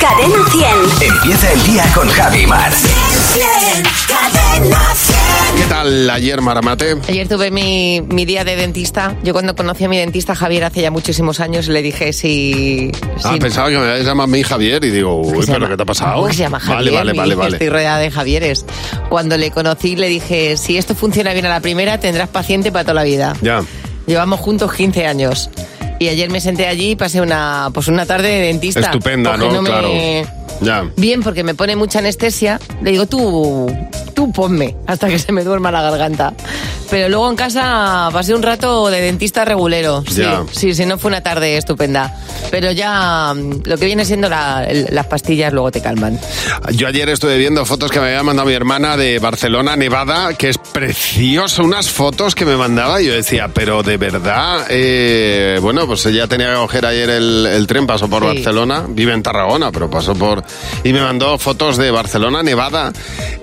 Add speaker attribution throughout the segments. Speaker 1: Cadena 100.
Speaker 2: Empieza el día con Javi Mar.
Speaker 1: Cadena 100.
Speaker 3: ¿Qué tal ayer, Maramate?
Speaker 4: Ayer tuve mi, mi día de dentista. Yo cuando conocí a mi dentista Javier hace ya muchísimos años le dije si...
Speaker 3: Ah,
Speaker 4: si-
Speaker 3: pensaba que me habías llamado a mí Javier y digo, uy,
Speaker 4: se
Speaker 3: pero
Speaker 4: llama-
Speaker 3: ¿qué te ha pasado?
Speaker 4: ¿Cómo se llama Javier?
Speaker 3: Vale,
Speaker 4: Me
Speaker 3: vale,
Speaker 4: dice,
Speaker 3: vale,
Speaker 4: Estoy
Speaker 3: vale.
Speaker 4: rodeada de Javieres. Cuando le conocí le dije, si esto funciona bien a la primera, tendrás paciente para toda la vida.
Speaker 3: Ya.
Speaker 4: Llevamos juntos 15 años. Y ayer me senté allí y pasé una, pues una tarde de dentista.
Speaker 3: Estupenda, ¿no?
Speaker 4: cogiéndome-
Speaker 3: Claro. Ya.
Speaker 4: Bien, porque me pone mucha anestesia. Le digo, tú, tú ponme hasta que se me duerma la garganta. Pero luego en casa pasé un rato de dentista regulero. Sí,
Speaker 3: Ya.
Speaker 4: sí, sí, no fue una tarde estupenda. Pero ya mm, lo que viene siendo la- el- las pastillas luego te calman.
Speaker 3: Yo ayer estuve viendo fotos que me había mandado mi hermana de Barcelona, Nevada, que es precioso. Unas fotos que me mandaba y yo decía, pero de verdad, eh, bueno, pues ella tenía que coger ayer el, el tren, pasó por
Speaker 4: Sí.
Speaker 3: Barcelona, vive en Tarragona, pero pasó por... Y me mandó fotos de Barcelona, Nevada,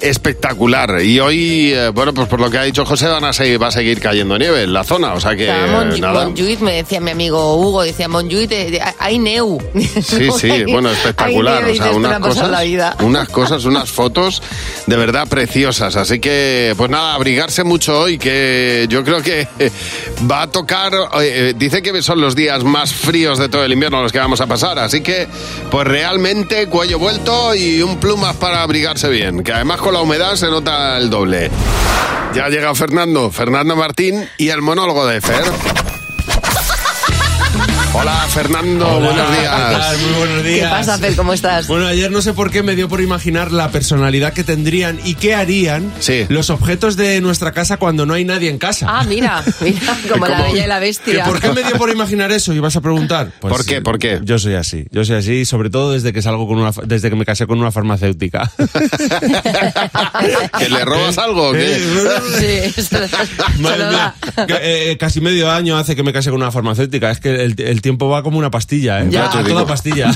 Speaker 3: espectacular. Y hoy, eh, bueno, pues por lo que ha dicho José, van a seguir, va a seguir cayendo nieve en la zona, o sea que...
Speaker 4: Estaba Monju-
Speaker 3: eh, nada.
Speaker 4: Montjuïc, me decía mi amigo Hugo, decía Monjuit, eh, hay neu.
Speaker 3: Sí, sí, bueno, espectacular. O sea, unas cosas,
Speaker 4: La vida.
Speaker 3: unas cosas, unas fotos de verdad preciosas. Así que, pues nada, abrigarse mucho hoy, que yo creo que eh, va a tocar. eh, eh, dice que son los días más fríos de todo el invierno los que vamos a pasar. Así que, pues realmente, cuello vuelto y un plumas para abrigarse bien. Que además con la humedad se nota el doble. Ya llega Fernando, Fernando Martín y el monólogo de Fer. Hola Fernando,
Speaker 5: Hola,
Speaker 3: buenos
Speaker 5: ¿qué
Speaker 3: días.
Speaker 5: tal? Muy buenos
Speaker 4: ¿Qué
Speaker 5: días.
Speaker 4: pasa, Fel? ¿Cómo estás?
Speaker 5: Bueno, ayer no sé por qué me dio por imaginar la personalidad que tendrían y qué harían
Speaker 3: Sí.
Speaker 5: los objetos de nuestra casa cuando no hay nadie en casa.
Speaker 4: Ah, mira, mira, como la
Speaker 3: ¿Cómo?
Speaker 4: bella y la
Speaker 5: ¿Que
Speaker 4: bestia.
Speaker 5: ¿Por qué me dio por imaginar eso? Y vas a preguntar. Pues
Speaker 3: ¿Por qué? ¿Por qué?
Speaker 5: Yo soy así. Yo soy así, sobre todo desde que salgo con una, fa- desde que me casé con una farmacéutica.
Speaker 3: ¿Que le robas algo o qué?
Speaker 4: Sí, se lo- se
Speaker 5: Madre
Speaker 4: lo da.
Speaker 5: mía. Ca- eh, eh, casi medio año hace que me case con una farmacéutica. Es que el, el tiempo va como una pastilla, ¿eh?
Speaker 4: Ya.
Speaker 5: Va
Speaker 4: Ya
Speaker 5: a
Speaker 3: te
Speaker 5: toda
Speaker 3: digo.
Speaker 5: pastilla.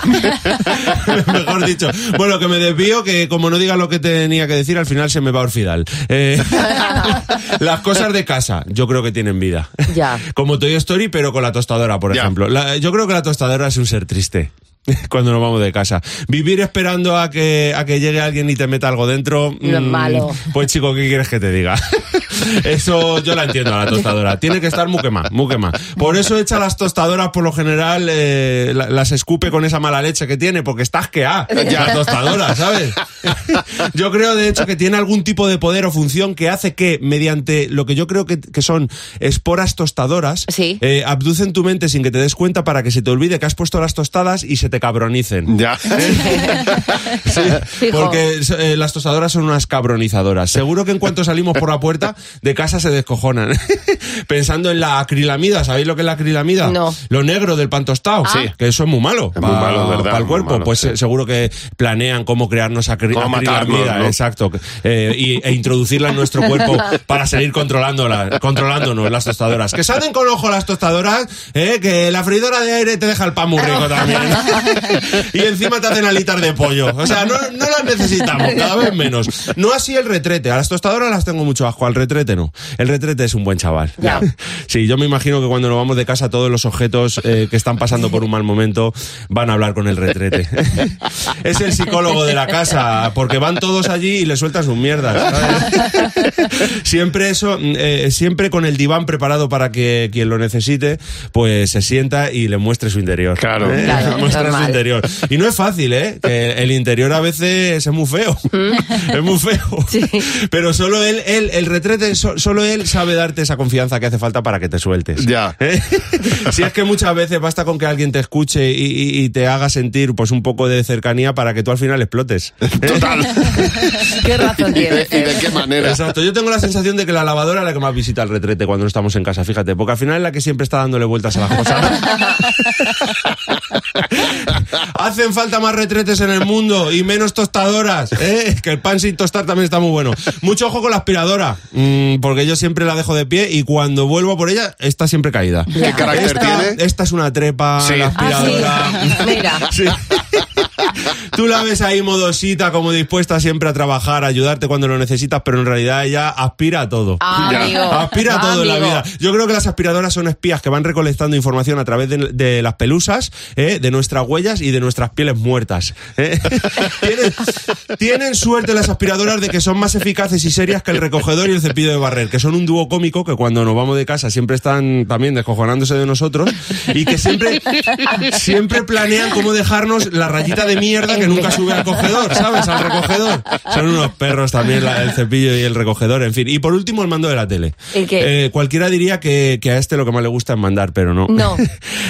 Speaker 5: Mejor dicho. Bueno, que me desvío, que como no diga lo que tenía que decir, al final se me va orfidal. Eh, las cosas de casa, yo creo que tienen vida.
Speaker 4: Ya.
Speaker 5: Como Toy Story, pero con la tostadora, por
Speaker 3: Ya.
Speaker 5: ejemplo. La- yo creo que la tostadora es un ser triste. Cuando nos vamos de casa. Vivir esperando a que, a que llegue alguien y te meta algo dentro.
Speaker 4: No es
Speaker 5: mm,
Speaker 4: malo.
Speaker 5: pues chico, ¿qué quieres que te diga? Eso yo la entiendo a la tostadora. Tiene que estar muy quemada, muy quemada. Por eso echa las tostadoras, por lo general, eh, la- las escupe con esa mala leche que tiene, porque está asqueada la tostadora, ¿sabes? Yo creo, de hecho, que tiene algún tipo de poder o función que hace que, mediante lo que yo creo que, que son esporas tostadoras,
Speaker 4: Sí.
Speaker 5: eh, abducen tu mente sin que te des cuenta para que se te olvide que has puesto las tostadas y se te cabronicen.
Speaker 3: Ya.
Speaker 4: Fijo.
Speaker 5: Porque eh, las tostadoras son unas cabronizadoras. Seguro que en cuanto salimos por la puerta de casa se descojonan. Pensando en la acrilamida, ¿sabéis lo que es la acrilamida?
Speaker 4: No.
Speaker 5: Lo negro del pan tostado.
Speaker 3: Sí.
Speaker 5: Que eso es muy malo.
Speaker 3: Es muy malo, ¿verdad?
Speaker 5: Para el
Speaker 3: Muy
Speaker 5: cuerpo.
Speaker 3: malo,
Speaker 5: pues
Speaker 3: sí.
Speaker 5: eh, seguro que planean cómo crearnos acri-
Speaker 3: Cómo matarnos,
Speaker 5: acrilamida.
Speaker 3: ¿no?
Speaker 5: Exacto. Eh, y- e introducirla en nuestro cuerpo para seguir controlándola, controlándonos las tostadoras. Que salen con ojo las tostadoras, eh, que la freidora de aire te deja el pan muy rico también. y encima te hacen alitas de pollo. O sea, no, no las necesitamos, cada vez menos. No así el retrete. A las tostadoras las tengo mucho asco, al retrete no. El retrete es un buen chaval.
Speaker 4: Ya.
Speaker 5: Sí, yo me imagino que cuando nos vamos de casa todos los objetos eh, que están pasando por un mal momento van a hablar con el retrete. es el psicólogo de la casa, porque van todos allí y le sueltan sus mierdas. ¿sabes? siempre eso, mm, eh, siempre con el diván preparado para que quien lo necesite, pues se sienta y le muestre su interior.
Speaker 3: Claro.
Speaker 5: Eh,
Speaker 4: Claro,
Speaker 5: muestra su
Speaker 4: normal.
Speaker 5: interior. Y no es fácil, ¿eh? Que el interior a veces es muy feo. es muy feo.
Speaker 4: Mm. Sí.
Speaker 5: Pero solo él, él, el retrete, so- solo él sabe darte esa confianza que hace falta para que te sueltes.
Speaker 3: Ya.
Speaker 5: ¿Eh? si es que muchas veces basta con que alguien te escuche y, y- y te haga sentir pues un poco de cercanía para que tú al final explotes.
Speaker 3: Total.
Speaker 4: ¿Qué razón
Speaker 3: ¿Y
Speaker 4: tiene?
Speaker 3: de, y de qué manera?
Speaker 5: Exacto, yo tengo la sensación de que la lavadora es la que más visita el retrete cuando no estamos en casa, fíjate, porque al final es la que siempre está dándole vueltas a las cosas. Hacen falta más retretes en el mundo y menos tostadoras, ¿eh? que el pan sin tostar también está muy bueno. Mucho ojo con la aspiradora, mm, porque yo siempre la dejo de pie y cuando vuelvo a por ella está siempre caída.
Speaker 3: ¿Qué carácter
Speaker 5: esta,
Speaker 3: tiene?
Speaker 5: Esta es una trepa,
Speaker 3: Sí.
Speaker 5: la
Speaker 3: Ah,
Speaker 4: sí.
Speaker 5: aspiradora.
Speaker 4: Mira.
Speaker 5: Sí. Tú la ves ahí modosita, como dispuesta siempre a trabajar, a ayudarte cuando lo necesitas, pero en realidad ella aspira a todo.
Speaker 4: Ah,
Speaker 3: Ya.
Speaker 4: amigo.
Speaker 5: Aspira a
Speaker 4: Ah,
Speaker 5: todo en la
Speaker 4: amigo.
Speaker 5: vida. Yo creo que las aspiradoras son espías que van recolectando información a través de, de las pelusas, ¿eh? de nuestras huellas y de nuestras pieles muertas. ¿eh? tienen, tienen suerte las aspiradoras de que son más eficaces y serias que el recogedor y el cepillo de barrer, que son un dúo cómico que cuando nos vamos de casa siempre están también descojonándose de nosotros y que siempre, siempre planean cómo dejarnos la rayita de mierda que nunca sube al cogedor, ¿sabes? Al recogedor. Son unos perros también la- el cepillo y el recogedor, en fin. Y por último, el mando de la tele.
Speaker 4: ¿El qué?
Speaker 5: Eh, cualquiera diría que, que a este lo que más le gusta es mandar, pero no.
Speaker 4: No.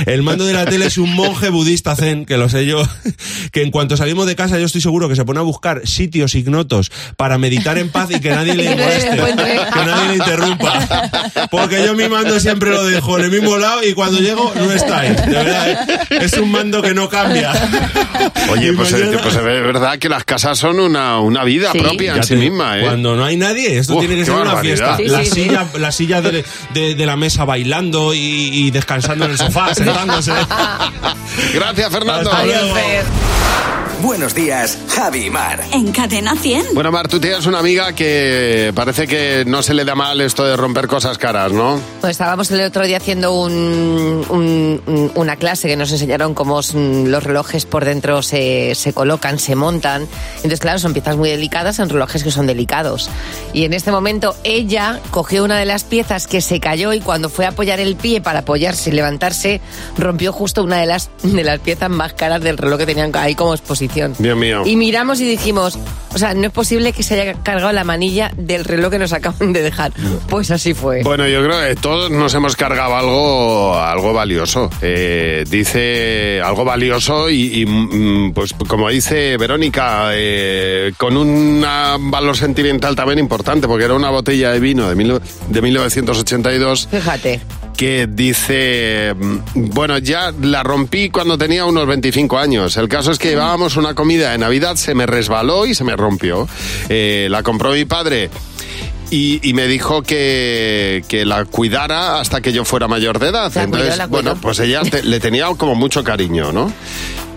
Speaker 5: el mando de la tele es un monje budista zen, que lo sé yo, que en cuanto salimos de casa yo estoy seguro que se pone a buscar sitios ignotos para meditar en paz y que nadie
Speaker 4: Y
Speaker 5: le
Speaker 4: que nadie le
Speaker 5: moleste,
Speaker 4: encuentre.
Speaker 5: que nadie le interrumpa. Porque yo mi mando siempre lo dejo en el mismo lado y cuando llego no está ahí. De verdad, ¿eh? es un mando que no cambia.
Speaker 3: Oye,
Speaker 5: Y
Speaker 3: pues, eh,
Speaker 5: mañana-
Speaker 3: pues es verdad que las casas son una, una vida
Speaker 4: Sí.
Speaker 3: propia en
Speaker 5: Ya te-
Speaker 3: sí misma, ¿eh?
Speaker 5: Cuando no hay nadie, esto
Speaker 3: Uf,
Speaker 5: tiene que
Speaker 3: qué
Speaker 5: ser una fiesta.
Speaker 3: barbaridad.
Speaker 4: Sí,
Speaker 5: la,
Speaker 4: sí, sí.
Speaker 5: silla, la silla de, de- de la mesa bailando y, y descansando en el sofá, sentándose.
Speaker 3: Gracias, Fernando.
Speaker 5: Hasta luego.
Speaker 1: Buenos días, Javi y Mar.
Speaker 6: En Cadena 100.
Speaker 3: Bueno, Mar, tú tienes una amiga que parece que no se le da mal esto de romper cosas caras, ¿no?
Speaker 4: Pues estábamos el otro día haciendo un- un- un- una clase que nos enseñaron cómo s- los relojes por dentro se, se colocan, se montan. Entonces, claro, son piezas muy delicadas, son relojes que son delicados. Y en este momento ella cogió una de las piezas que se cayó y cuando fue a apoyar el pie para apoyarse y levantarse, rompió justo una de las, de las piezas más caras del reloj que tenían ahí como exposición.
Speaker 3: Dios mío.
Speaker 4: Y miramos y dijimos, o sea, no es posible que se haya cargado la manilla del reloj que nos acaban de dejar. Pues así fue.
Speaker 3: Bueno, yo creo que todos nos hemos cargado algo, algo valioso. Eh, dice algo valioso y, y, mm, pues como dice Verónica, eh, con un valor sentimental también importante, porque era una botella de vino de, mil- de 1982
Speaker 4: Fíjate.
Speaker 3: que dice, mm, bueno, ya la rompí cuando tenía unos 25 años. El caso es que llevábamos una comida de Navidad, se me resbaló y se me rompió. Eh, la compró mi padre. Y, y me dijo que, que la cuidara hasta que yo fuera mayor de edad.
Speaker 4: La cuidó,
Speaker 3: Entonces,
Speaker 4: la cuidó.
Speaker 3: bueno, pues ella te- le tenía como mucho cariño, ¿no?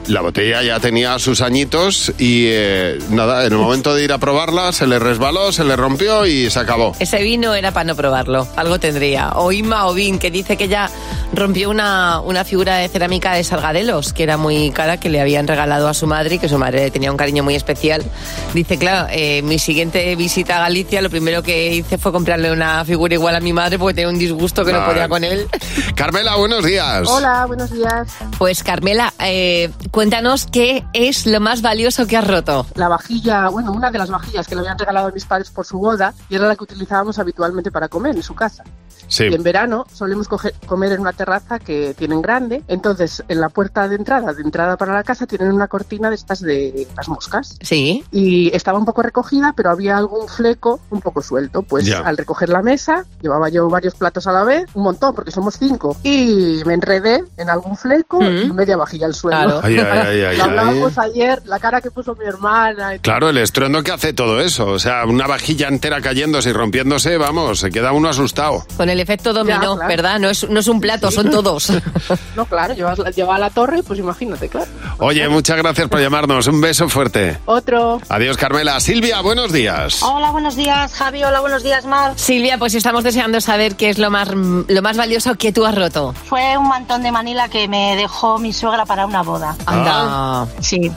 Speaker 3: La botella ya tenía sus añitos y eh, nada, en el momento de ir a probarla se le resbaló, se le rompió y se acabó.
Speaker 4: Ese vino era para no probarlo, algo tendría. O Inma Ovin, que dice que ya rompió una, una figura de cerámica de Sargadelos, que era muy cara, que le habían regalado a su madre y que su madre le tenía un cariño muy especial. Dice, claro, eh, mi siguiente visita a Galicia, lo primero que hice fue comprarle una figura igual a mi madre porque tenía un disgusto que no
Speaker 3: Ah.
Speaker 4: podía con él.
Speaker 3: Carmela, buenos días.
Speaker 7: Hola, buenos días.
Speaker 4: Pues Carmela, eh, cuéntanos qué es lo más valioso que has roto.
Speaker 7: La vajilla, bueno, una de las vajillas que le habían regalado a mis padres por su boda y era la que utilizábamos habitualmente para comer en su casa.
Speaker 3: Sí.
Speaker 7: Y en verano solemos coger- comer en una terraza que tienen grande. Entonces, en la puerta de entrada, de entrada para la casa, tienen una cortina de estas de las moscas.
Speaker 4: Sí.
Speaker 7: Y estaba un poco recogida, pero había algún fleco un poco suelto. Pues
Speaker 3: Ya.
Speaker 7: al recoger la mesa, llevaba yo varios platos a la vez, un montón, porque somos cinco. Y me enredé en algún fleco
Speaker 4: Mm.
Speaker 7: y media vajilla al
Speaker 4: Claro.
Speaker 7: suelo.
Speaker 3: Ay, ay, ay, ay,
Speaker 7: Lo hablábamos
Speaker 3: ay.
Speaker 7: ayer, la cara que puso mi hermana.
Speaker 3: Claro, el estruendo que hace todo eso. O sea, una vajilla entera cayéndose y rompiéndose, vamos, se queda uno asustado.
Speaker 4: Con el efecto dominó,
Speaker 7: claro.
Speaker 4: ¿verdad? No es, no es un plato, son todos.
Speaker 7: No, claro, llevas la- lleva a la torre, pues imagínate, claro.
Speaker 3: Oye, muchas gracias por llamarnos. Un beso fuerte.
Speaker 7: Otro.
Speaker 3: Adiós, Carmela. Silvia, buenos días.
Speaker 8: Hola, buenos días, Javi. Hola, buenos días, Mar.
Speaker 4: Silvia, pues estamos deseando saber qué es lo más, lo más valioso que tú has roto.
Speaker 8: Fue un mantón de Manila que me dejó mi suegra para una boda.
Speaker 4: Anda.
Speaker 8: Ah. Sí.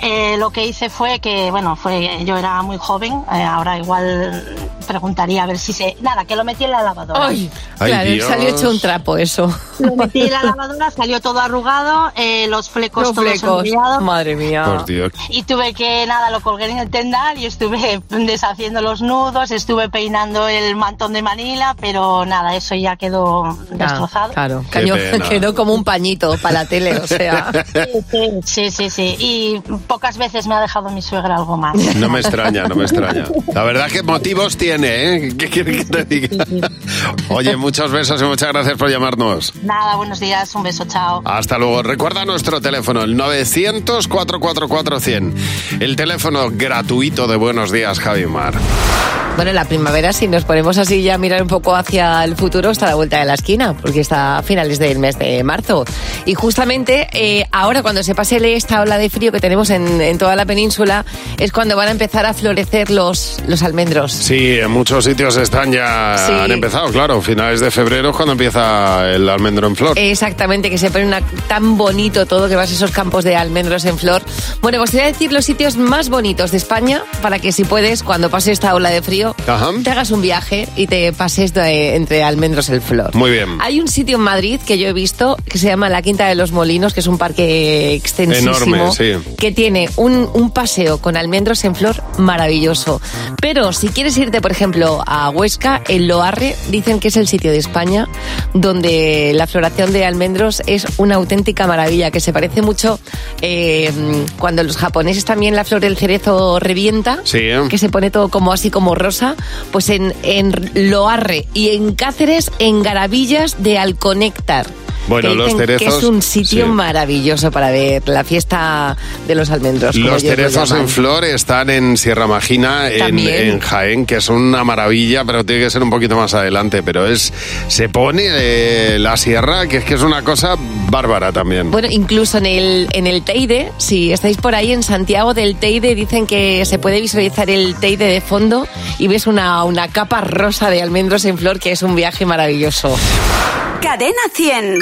Speaker 8: Eh, lo que hice fue que, bueno, fue yo era muy joven. eh, ahora igual preguntaría a ver si se. Nada, que lo metí en la lavadora.
Speaker 4: Ay,
Speaker 3: Ay,
Speaker 4: claro,
Speaker 3: Dios.
Speaker 4: salió hecho un trapo eso.
Speaker 8: Lo metí en la lavadora, salió todo arrugado, eh, los flecos
Speaker 4: Los
Speaker 8: todos
Speaker 4: flecos.
Speaker 8: enviados.
Speaker 4: Madre mía.
Speaker 3: Por Dios.
Speaker 8: y tuve que nada, lo colgué en el tendal y estuve deshaciendo los nudos, estuve peinando el mantón de Manila, pero nada, eso ya quedó
Speaker 4: Ya,
Speaker 8: destrozado.
Speaker 4: claro,
Speaker 3: Qué
Speaker 4: Cañó-
Speaker 3: pena.
Speaker 4: quedó como un pañito para la tele, o sea.
Speaker 8: Sí, sí, sí. Y pocas veces me ha dejado mi suegra algo más.
Speaker 3: No me extraña, no me extraña. La verdad es que motivos tiene, ¿eh? ¿Qué quieres que te diga? Oye, muchos besos y muchas gracias por llamarnos.
Speaker 8: Nada, buenos días, un beso, chao.
Speaker 3: Hasta luego. Recuerda nuestro teléfono, el 900-444-100. El teléfono gratuito de Buenos Días, Javi Mar.
Speaker 4: Bueno, la primavera, si nos ponemos así ya a mirar un poco hacia el futuro, está a la vuelta de la esquina, porque está a finales del mes de marzo. Y justamente eh, ahora, cuando se se pase esta ola de frío que tenemos en, en toda la península, es cuando van a empezar a florecer los, los almendros.
Speaker 3: Sí, en muchos sitios están ya.
Speaker 4: Sí.
Speaker 3: Han empezado, claro. Finales de febrero es cuando empieza el almendro en flor.
Speaker 4: Exactamente, que se pone una- tan bonito todo que vas a esos campos de almendros en flor. Bueno, pues te voy a decir los sitios más bonitos de España para que si puedes, cuando pase esta ola de frío,
Speaker 3: Ajá.
Speaker 4: te hagas un viaje y te pases de- entre almendros en flor.
Speaker 3: Muy bien.
Speaker 4: Hay un sitio en Madrid que yo he visto que se llama La Quinta de los Molinos, que es un parque extensísimo.
Speaker 3: Enorme, sí.
Speaker 4: Que tiene un, un paseo con almendros en flor maravilloso. Pero si quieres irte, por ejemplo, a Huesca, en Loarre, dicen que es el sitio de España donde la floración de almendros es una auténtica maravilla, que se parece mucho eh, cuando los japoneses también la flor del cerezo revienta
Speaker 3: Sí, ¿eh?
Speaker 4: que se pone todo como así como rosa, pues en, en Loarre y en Cáceres, en Garavillas de Alconéctar.
Speaker 3: Bueno,
Speaker 4: que
Speaker 3: los
Speaker 4: dicen
Speaker 3: cerezos,
Speaker 4: Que es un sitio
Speaker 3: sí.
Speaker 4: maravilloso para ver la fiesta de los almendros. como
Speaker 3: Los
Speaker 4: ellos lo
Speaker 3: cerezos
Speaker 4: llaman.
Speaker 3: en flor están en Sierra Magina, en,
Speaker 4: También.
Speaker 3: en Jaén, que es una maravilla, pero tiene que ser un poquito más adelante. Pero es se pone eh, la sierra, que es que es una cosa bárbara también.
Speaker 4: Bueno, incluso en el, en el Teide, si estáis por ahí en Santiago del Teide, dicen que se puede visualizar el Teide de fondo y ves una, una capa rosa de almendros en flor, que es un viaje maravilloso.
Speaker 1: Cadena 100.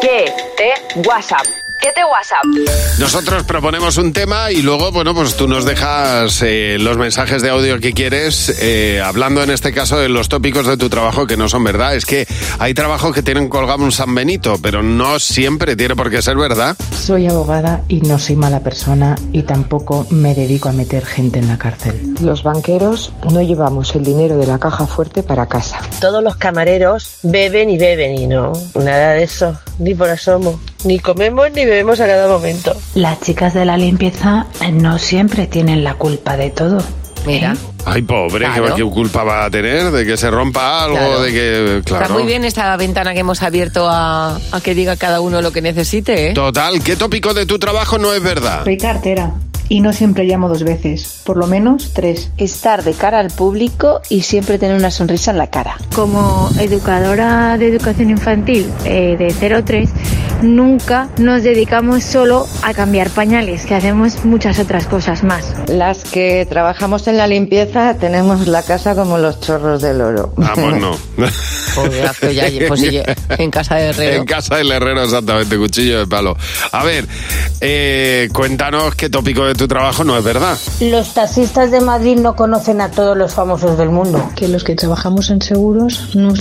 Speaker 9: ¿Qué te WhatsApp? ¿Qué te WhatsApp?
Speaker 3: Nosotros proponemos un tema y luego, bueno, pues tú nos dejas eh, los mensajes de audio que quieres, eh, hablando en este caso de los tópicos de tu trabajo que no son verdad. Es que hay trabajos que tienen colgado un San Benito, pero no siempre tiene por qué ser verdad.
Speaker 10: Soy abogada y no soy mala persona y tampoco me dedico a meter gente en la cárcel.
Speaker 11: Los banqueros no llevamos el dinero de la caja fuerte para casa.
Speaker 12: Todos los camareros beben y beben y no, nada de eso, ni por asomo, ni comemos ni bebemos a cada momento.
Speaker 10: Las chicas de la limpieza no siempre tienen la culpa de todo.
Speaker 4: Mira.
Speaker 3: Ay, pobre, ¿qué-
Speaker 4: Claro.
Speaker 3: ¿qué, culpa va a tener de que se rompa algo?
Speaker 4: Claro.
Speaker 3: De que, claro.
Speaker 4: Está muy bien esta ventana que hemos abierto a, a que diga cada uno lo que necesite, ¿eh?
Speaker 3: Total, ¿qué tópico de tu trabajo no es verdad?
Speaker 10: Soy cartera y no siempre llamo dos veces, por lo menos tres.
Speaker 11: Estar de cara al público y siempre tener una sonrisa en la cara.
Speaker 7: Como educadora de educación infantil eh, de 03, nunca nos dedicamos solo a cambiar pañales, que hacemos muchas otras cosas más.
Speaker 8: Las que trabajamos en la limpieza tenemos la casa como los chorros del oro.
Speaker 3: Ah, pues no.
Speaker 4: Pobreazo, ya, pues sí, en casa de herrero.
Speaker 3: En casa del herrero, exactamente, cuchillo de palo. A ver, eh, cuéntanos qué tópico de tu trabajo no es verdad.
Speaker 13: Los taxistas de Madrid no conocen a todos los famosos del mundo.
Speaker 10: Que los que trabajamos en seguros no,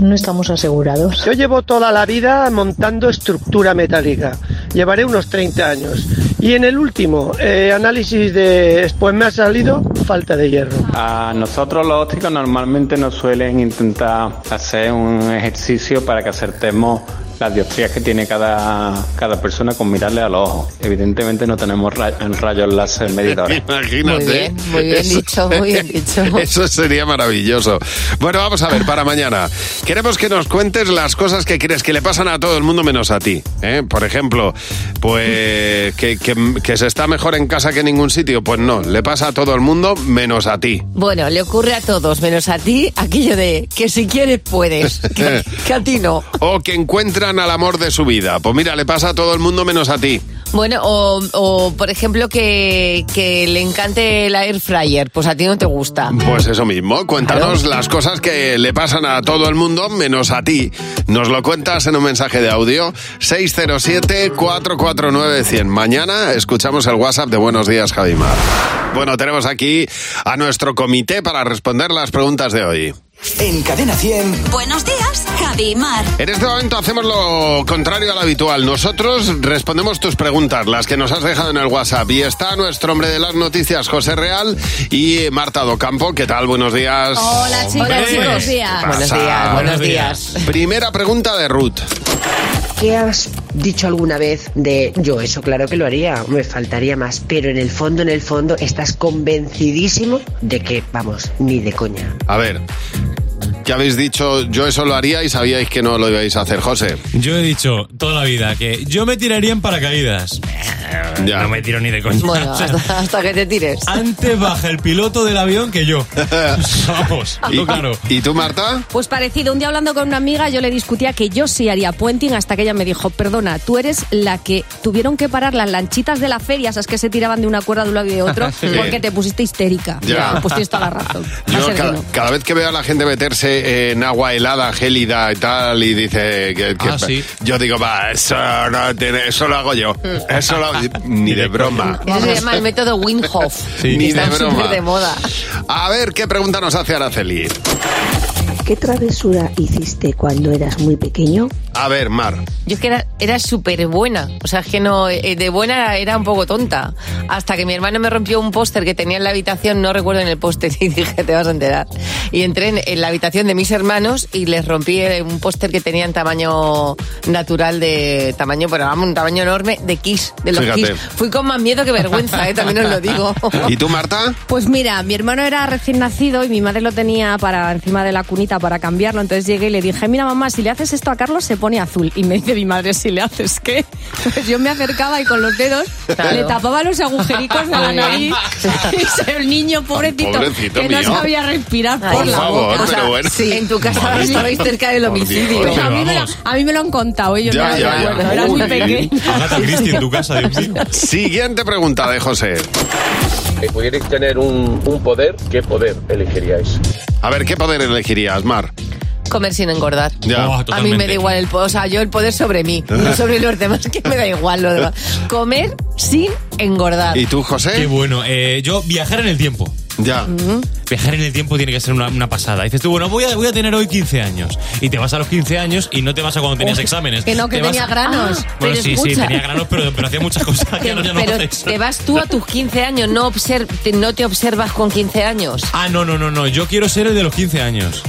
Speaker 10: no estamos asegurados.
Speaker 14: Yo llevo toda la vida montando estructura metálica. Llevaré unos 30 años. Y en el último eh, análisis de pues me ha salido falta de hierro.
Speaker 15: A nosotros los ópticos normalmente nos suelen intentar hacer un ejercicio para que acertemos las dioptrías que tiene cada, cada persona con mirarle a los ojos. Evidentemente no tenemos ra- rayos láser medidores.
Speaker 3: Imagínate.
Speaker 4: Muy bien, muy bien dicho, muy bien dicho.
Speaker 3: Eso sería maravilloso. Bueno, vamos a ver, para mañana. Queremos que nos cuentes las cosas que crees que le pasan a todo el mundo menos a ti. ¿eh? Por ejemplo, pues que, que- que se está mejor en casa que en ningún sitio. Pues no, le pasa a todo el mundo menos a ti.
Speaker 4: Bueno, le ocurre a todos, menos a ti, aquello de que si quieres puedes, que, que a ti no.
Speaker 3: O que encuentran al amor de su vida. Pues mira, le pasa a todo el mundo menos a ti.
Speaker 4: Bueno, o, o, por ejemplo que, que le encante la air fryer, pues a ti no te gusta.
Speaker 3: Pues eso mismo, cuéntanos las cosas que le pasan a todo el mundo menos a ti. Nos lo cuentas en un mensaje de audio 607-449-100. Mañana escuchamos el WhatsApp de Buenos Días, Javimar. Bueno, tenemos aquí a nuestro comité para responder las preguntas de hoy.
Speaker 2: En Cadena 100.
Speaker 1: Buenos días, Javi y Mar.
Speaker 3: En este momento hacemos lo contrario al habitual. Nosotros respondemos tus preguntas, las que nos has dejado en el WhatsApp. Y está nuestro hombre de las noticias, José Real, y Marta Docampo. ¿Qué tal? Buenos días.
Speaker 1: Hola, chicos,
Speaker 3: Hombre.
Speaker 1: buenos días.
Speaker 3: ¿Qué
Speaker 4: Ah, Buenos
Speaker 3: pasa?
Speaker 4: días, buenos días.
Speaker 3: Primera pregunta de Ruth.
Speaker 11: ¿Qué has dicho alguna vez de yo eso? Claro que lo haría, me faltaría más, pero en el fondo, en el fondo, estás convencidísimo de que, vamos, ni de coña.
Speaker 3: A ver, ¿Qué habéis dicho? Yo eso lo haría y sabíais que no lo ibais a hacer, José.
Speaker 16: Yo he dicho toda la vida que yo me tiraría en paracaídas. No me tiro ni de coña.
Speaker 4: Bueno,
Speaker 16: O sea,
Speaker 4: hasta, hasta que te tires.
Speaker 16: antes baja el piloto del avión que yo. Vamos,
Speaker 3: ¿Y-
Speaker 16: no, claro.
Speaker 3: ¿Y tú, Marta?
Speaker 17: Pues parecido, un día hablando con una amiga yo le discutía que yo sí haría puenting hasta que ella me dijo, perdona, tú eres la que tuvieron que parar las lanchitas de la feria, esas que se tiraban de una cuerda de un lado y de otro,
Speaker 3: Sí.
Speaker 17: porque te pusiste histérica.
Speaker 3: Ya.
Speaker 17: Pues tienes toda la razón. Va a
Speaker 3: Yo
Speaker 17: ser que
Speaker 3: cada,
Speaker 17: no.
Speaker 3: cada vez que veo a la gente meterse en agua helada, gélida y tal, y dice que, que-
Speaker 16: Ah, sí.
Speaker 3: yo digo, va, eso, no tiene- eso lo hago yo.
Speaker 4: Mm.
Speaker 3: Eso lo hago Ni de broma.
Speaker 4: Eso se llama el método Winhoff.
Speaker 3: Sí.
Speaker 4: que
Speaker 3: Ni
Speaker 4: está
Speaker 3: de broma.
Speaker 4: súper de moda.
Speaker 3: A ver, ¿qué pregunta nos hace Araceli?
Speaker 18: ¿Qué travesura hiciste cuando eras muy pequeño?
Speaker 3: A ver, Mar.
Speaker 4: Yo es que era, era súper buena. O sea, es que no. eh, De buena era un poco tonta. Hasta que mi hermano me rompió un póster que tenía en la habitación, no recuerdo en el póster, y dije, te vas a enterar. Y entré en, en la habitación de mis hermanos y les rompí eh, un póster que tenía en tamaño natural, de tamaño, pero vamos, un tamaño enorme, de Kiss, de los
Speaker 3: Fíjate.
Speaker 4: Kiss. Fui con más miedo que vergüenza, eh, también os lo digo.
Speaker 3: ¿Y tú, Marta?
Speaker 17: Pues mira, mi hermano era recién nacido y mi madre lo tenía para encima de la cunita para cambiarlo. Entonces llegué y le dije, mira mamá, si le haces esto a Carlos se pone azul. Y me dice mi madre, si le haces qué. Pues yo me acercaba y con los dedos
Speaker 4: Claro.
Speaker 17: le tapaba los agujericos de la
Speaker 4: Muy bien.
Speaker 17: nariz. Y el niño pobrecito,
Speaker 3: Pobrecito
Speaker 17: que
Speaker 3: mío.
Speaker 17: no sabía respirar por,
Speaker 3: Por
Speaker 17: la
Speaker 3: favor,
Speaker 17: boca.
Speaker 3: pero bueno.
Speaker 4: sí, en tu casa
Speaker 3: Madre
Speaker 4: estabais
Speaker 3: mía.
Speaker 4: cerca del
Speaker 3: Por Dios.
Speaker 4: homicidio.
Speaker 3: Pero
Speaker 17: a, mí me lo,
Speaker 3: vamos.
Speaker 17: a mí me lo han contado ellos.
Speaker 3: Ya, ya, ya.
Speaker 17: Bueno, era muy
Speaker 3: Uy.
Speaker 17: pequeño.
Speaker 16: Agatha Christie en tu casa, Dios mío.
Speaker 3: Siguiente pregunta de José.
Speaker 19: Si pudierais tener un, un poder, ¿qué poder elegiríais?
Speaker 3: A ver, ¿qué poder elegirías, Mar?
Speaker 4: Comer sin engordar.
Speaker 3: Ya. Oh,
Speaker 4: a mí me
Speaker 3: totalmente.
Speaker 4: da igual el poder. O sea, yo el poder sobre mí, no sobre los demás, que me da igual lo demás. Comer sin engordar.
Speaker 3: tú, José?
Speaker 16: Qué bueno. eh, yo viajar en el tiempo. Mm.
Speaker 3: Ya.
Speaker 16: Viajar en el tiempo tiene que ser una, una pasada. Dices tú, bueno, voy a, voy a tener hoy 15 años. Y te vas a los 15 años y no te vas a cuando tenías exámenes.
Speaker 4: que no, que
Speaker 16: Te vas
Speaker 4: tenía
Speaker 16: a- Ah.
Speaker 4: granos.
Speaker 16: Bueno,
Speaker 4: Pero
Speaker 16: sí, sí,
Speaker 4: escucha.
Speaker 16: tenía granos, pero, pero hacía muchas cosas que ahora ya no
Speaker 4: Pero
Speaker 16: haces.
Speaker 4: te vas tú a tus 15 años, no, obser- te- no te observas con 15 años.
Speaker 16: Ah, no, no, no, no. Yo quiero ser el de los 15 años.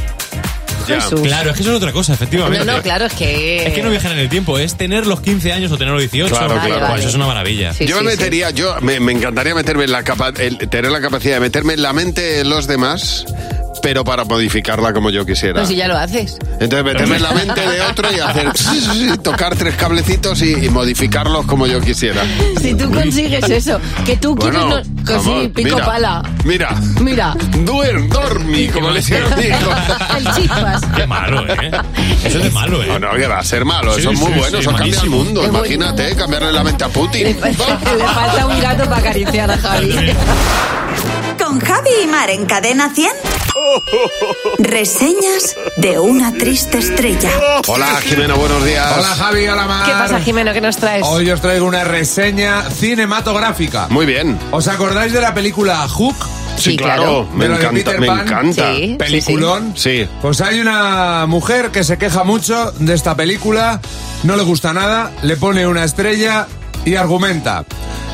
Speaker 4: Ya. Jesús.
Speaker 16: Claro, es que eso es otra cosa, efectivamente.
Speaker 4: No, no, claro, es que...
Speaker 16: Es que no viajar en el tiempo, es tener los 15 años o tener los 18.
Speaker 3: Claro, Vale, claro. vale.
Speaker 16: Eso es una maravilla.
Speaker 3: yo me metería, yo me, me encantaría meterme en la capa, el- tener la capacidad de meterme en la mente de los demás, pero para modificarla como yo quisiera.
Speaker 4: Pues si ya lo haces.
Speaker 3: Entonces meterme en la mente de otro y hacer tocar tres cablecitos y, y modificarlos como yo quisiera.
Speaker 4: Si tú consigues eso, que tú
Speaker 3: Bueno,
Speaker 4: quieres... No, que sí,
Speaker 3: vamos,
Speaker 4: pico
Speaker 3: mira,
Speaker 4: pala.
Speaker 3: Mira,
Speaker 4: Mira.
Speaker 3: duer, dormi, como le hicieron
Speaker 4: El chispas.
Speaker 16: Qué malo, ¿eh? Eso es de malo, ¿eh?
Speaker 3: No, no, que va a ser malo,
Speaker 16: Sí,
Speaker 3: eso es muy
Speaker 16: sí,
Speaker 3: bueno,
Speaker 16: sí,
Speaker 3: eso cambia el
Speaker 16: malísimo.
Speaker 3: mundo,
Speaker 16: Es bueno.
Speaker 3: imagínate, ¿eh? cambiarle la mente a Putin.
Speaker 4: Le falta un gato para acariciar a Javi.
Speaker 1: Con Javi y Mar en Cadena 100. Reseñas de una triste estrella.
Speaker 3: Hola Jimena, buenos días.
Speaker 20: Hola Javi, hola Mar.
Speaker 4: ¿Qué pasa, Jimeno? ¿Qué nos traes?
Speaker 20: Hoy os traigo una reseña cinematográfica.
Speaker 3: Muy bien.
Speaker 20: ¿Os acordáis de la película Hook?
Speaker 3: Sí, Sí, claro. claro.
Speaker 20: De lo
Speaker 3: Me
Speaker 20: de
Speaker 3: encanta-
Speaker 20: Peter
Speaker 3: me
Speaker 20: Pan.
Speaker 3: encanta. Sí, sí,
Speaker 20: Peliculón.
Speaker 3: Sí.
Speaker 20: Pues hay una mujer que se queja mucho de esta película, no le gusta nada, le pone una estrella y argumenta.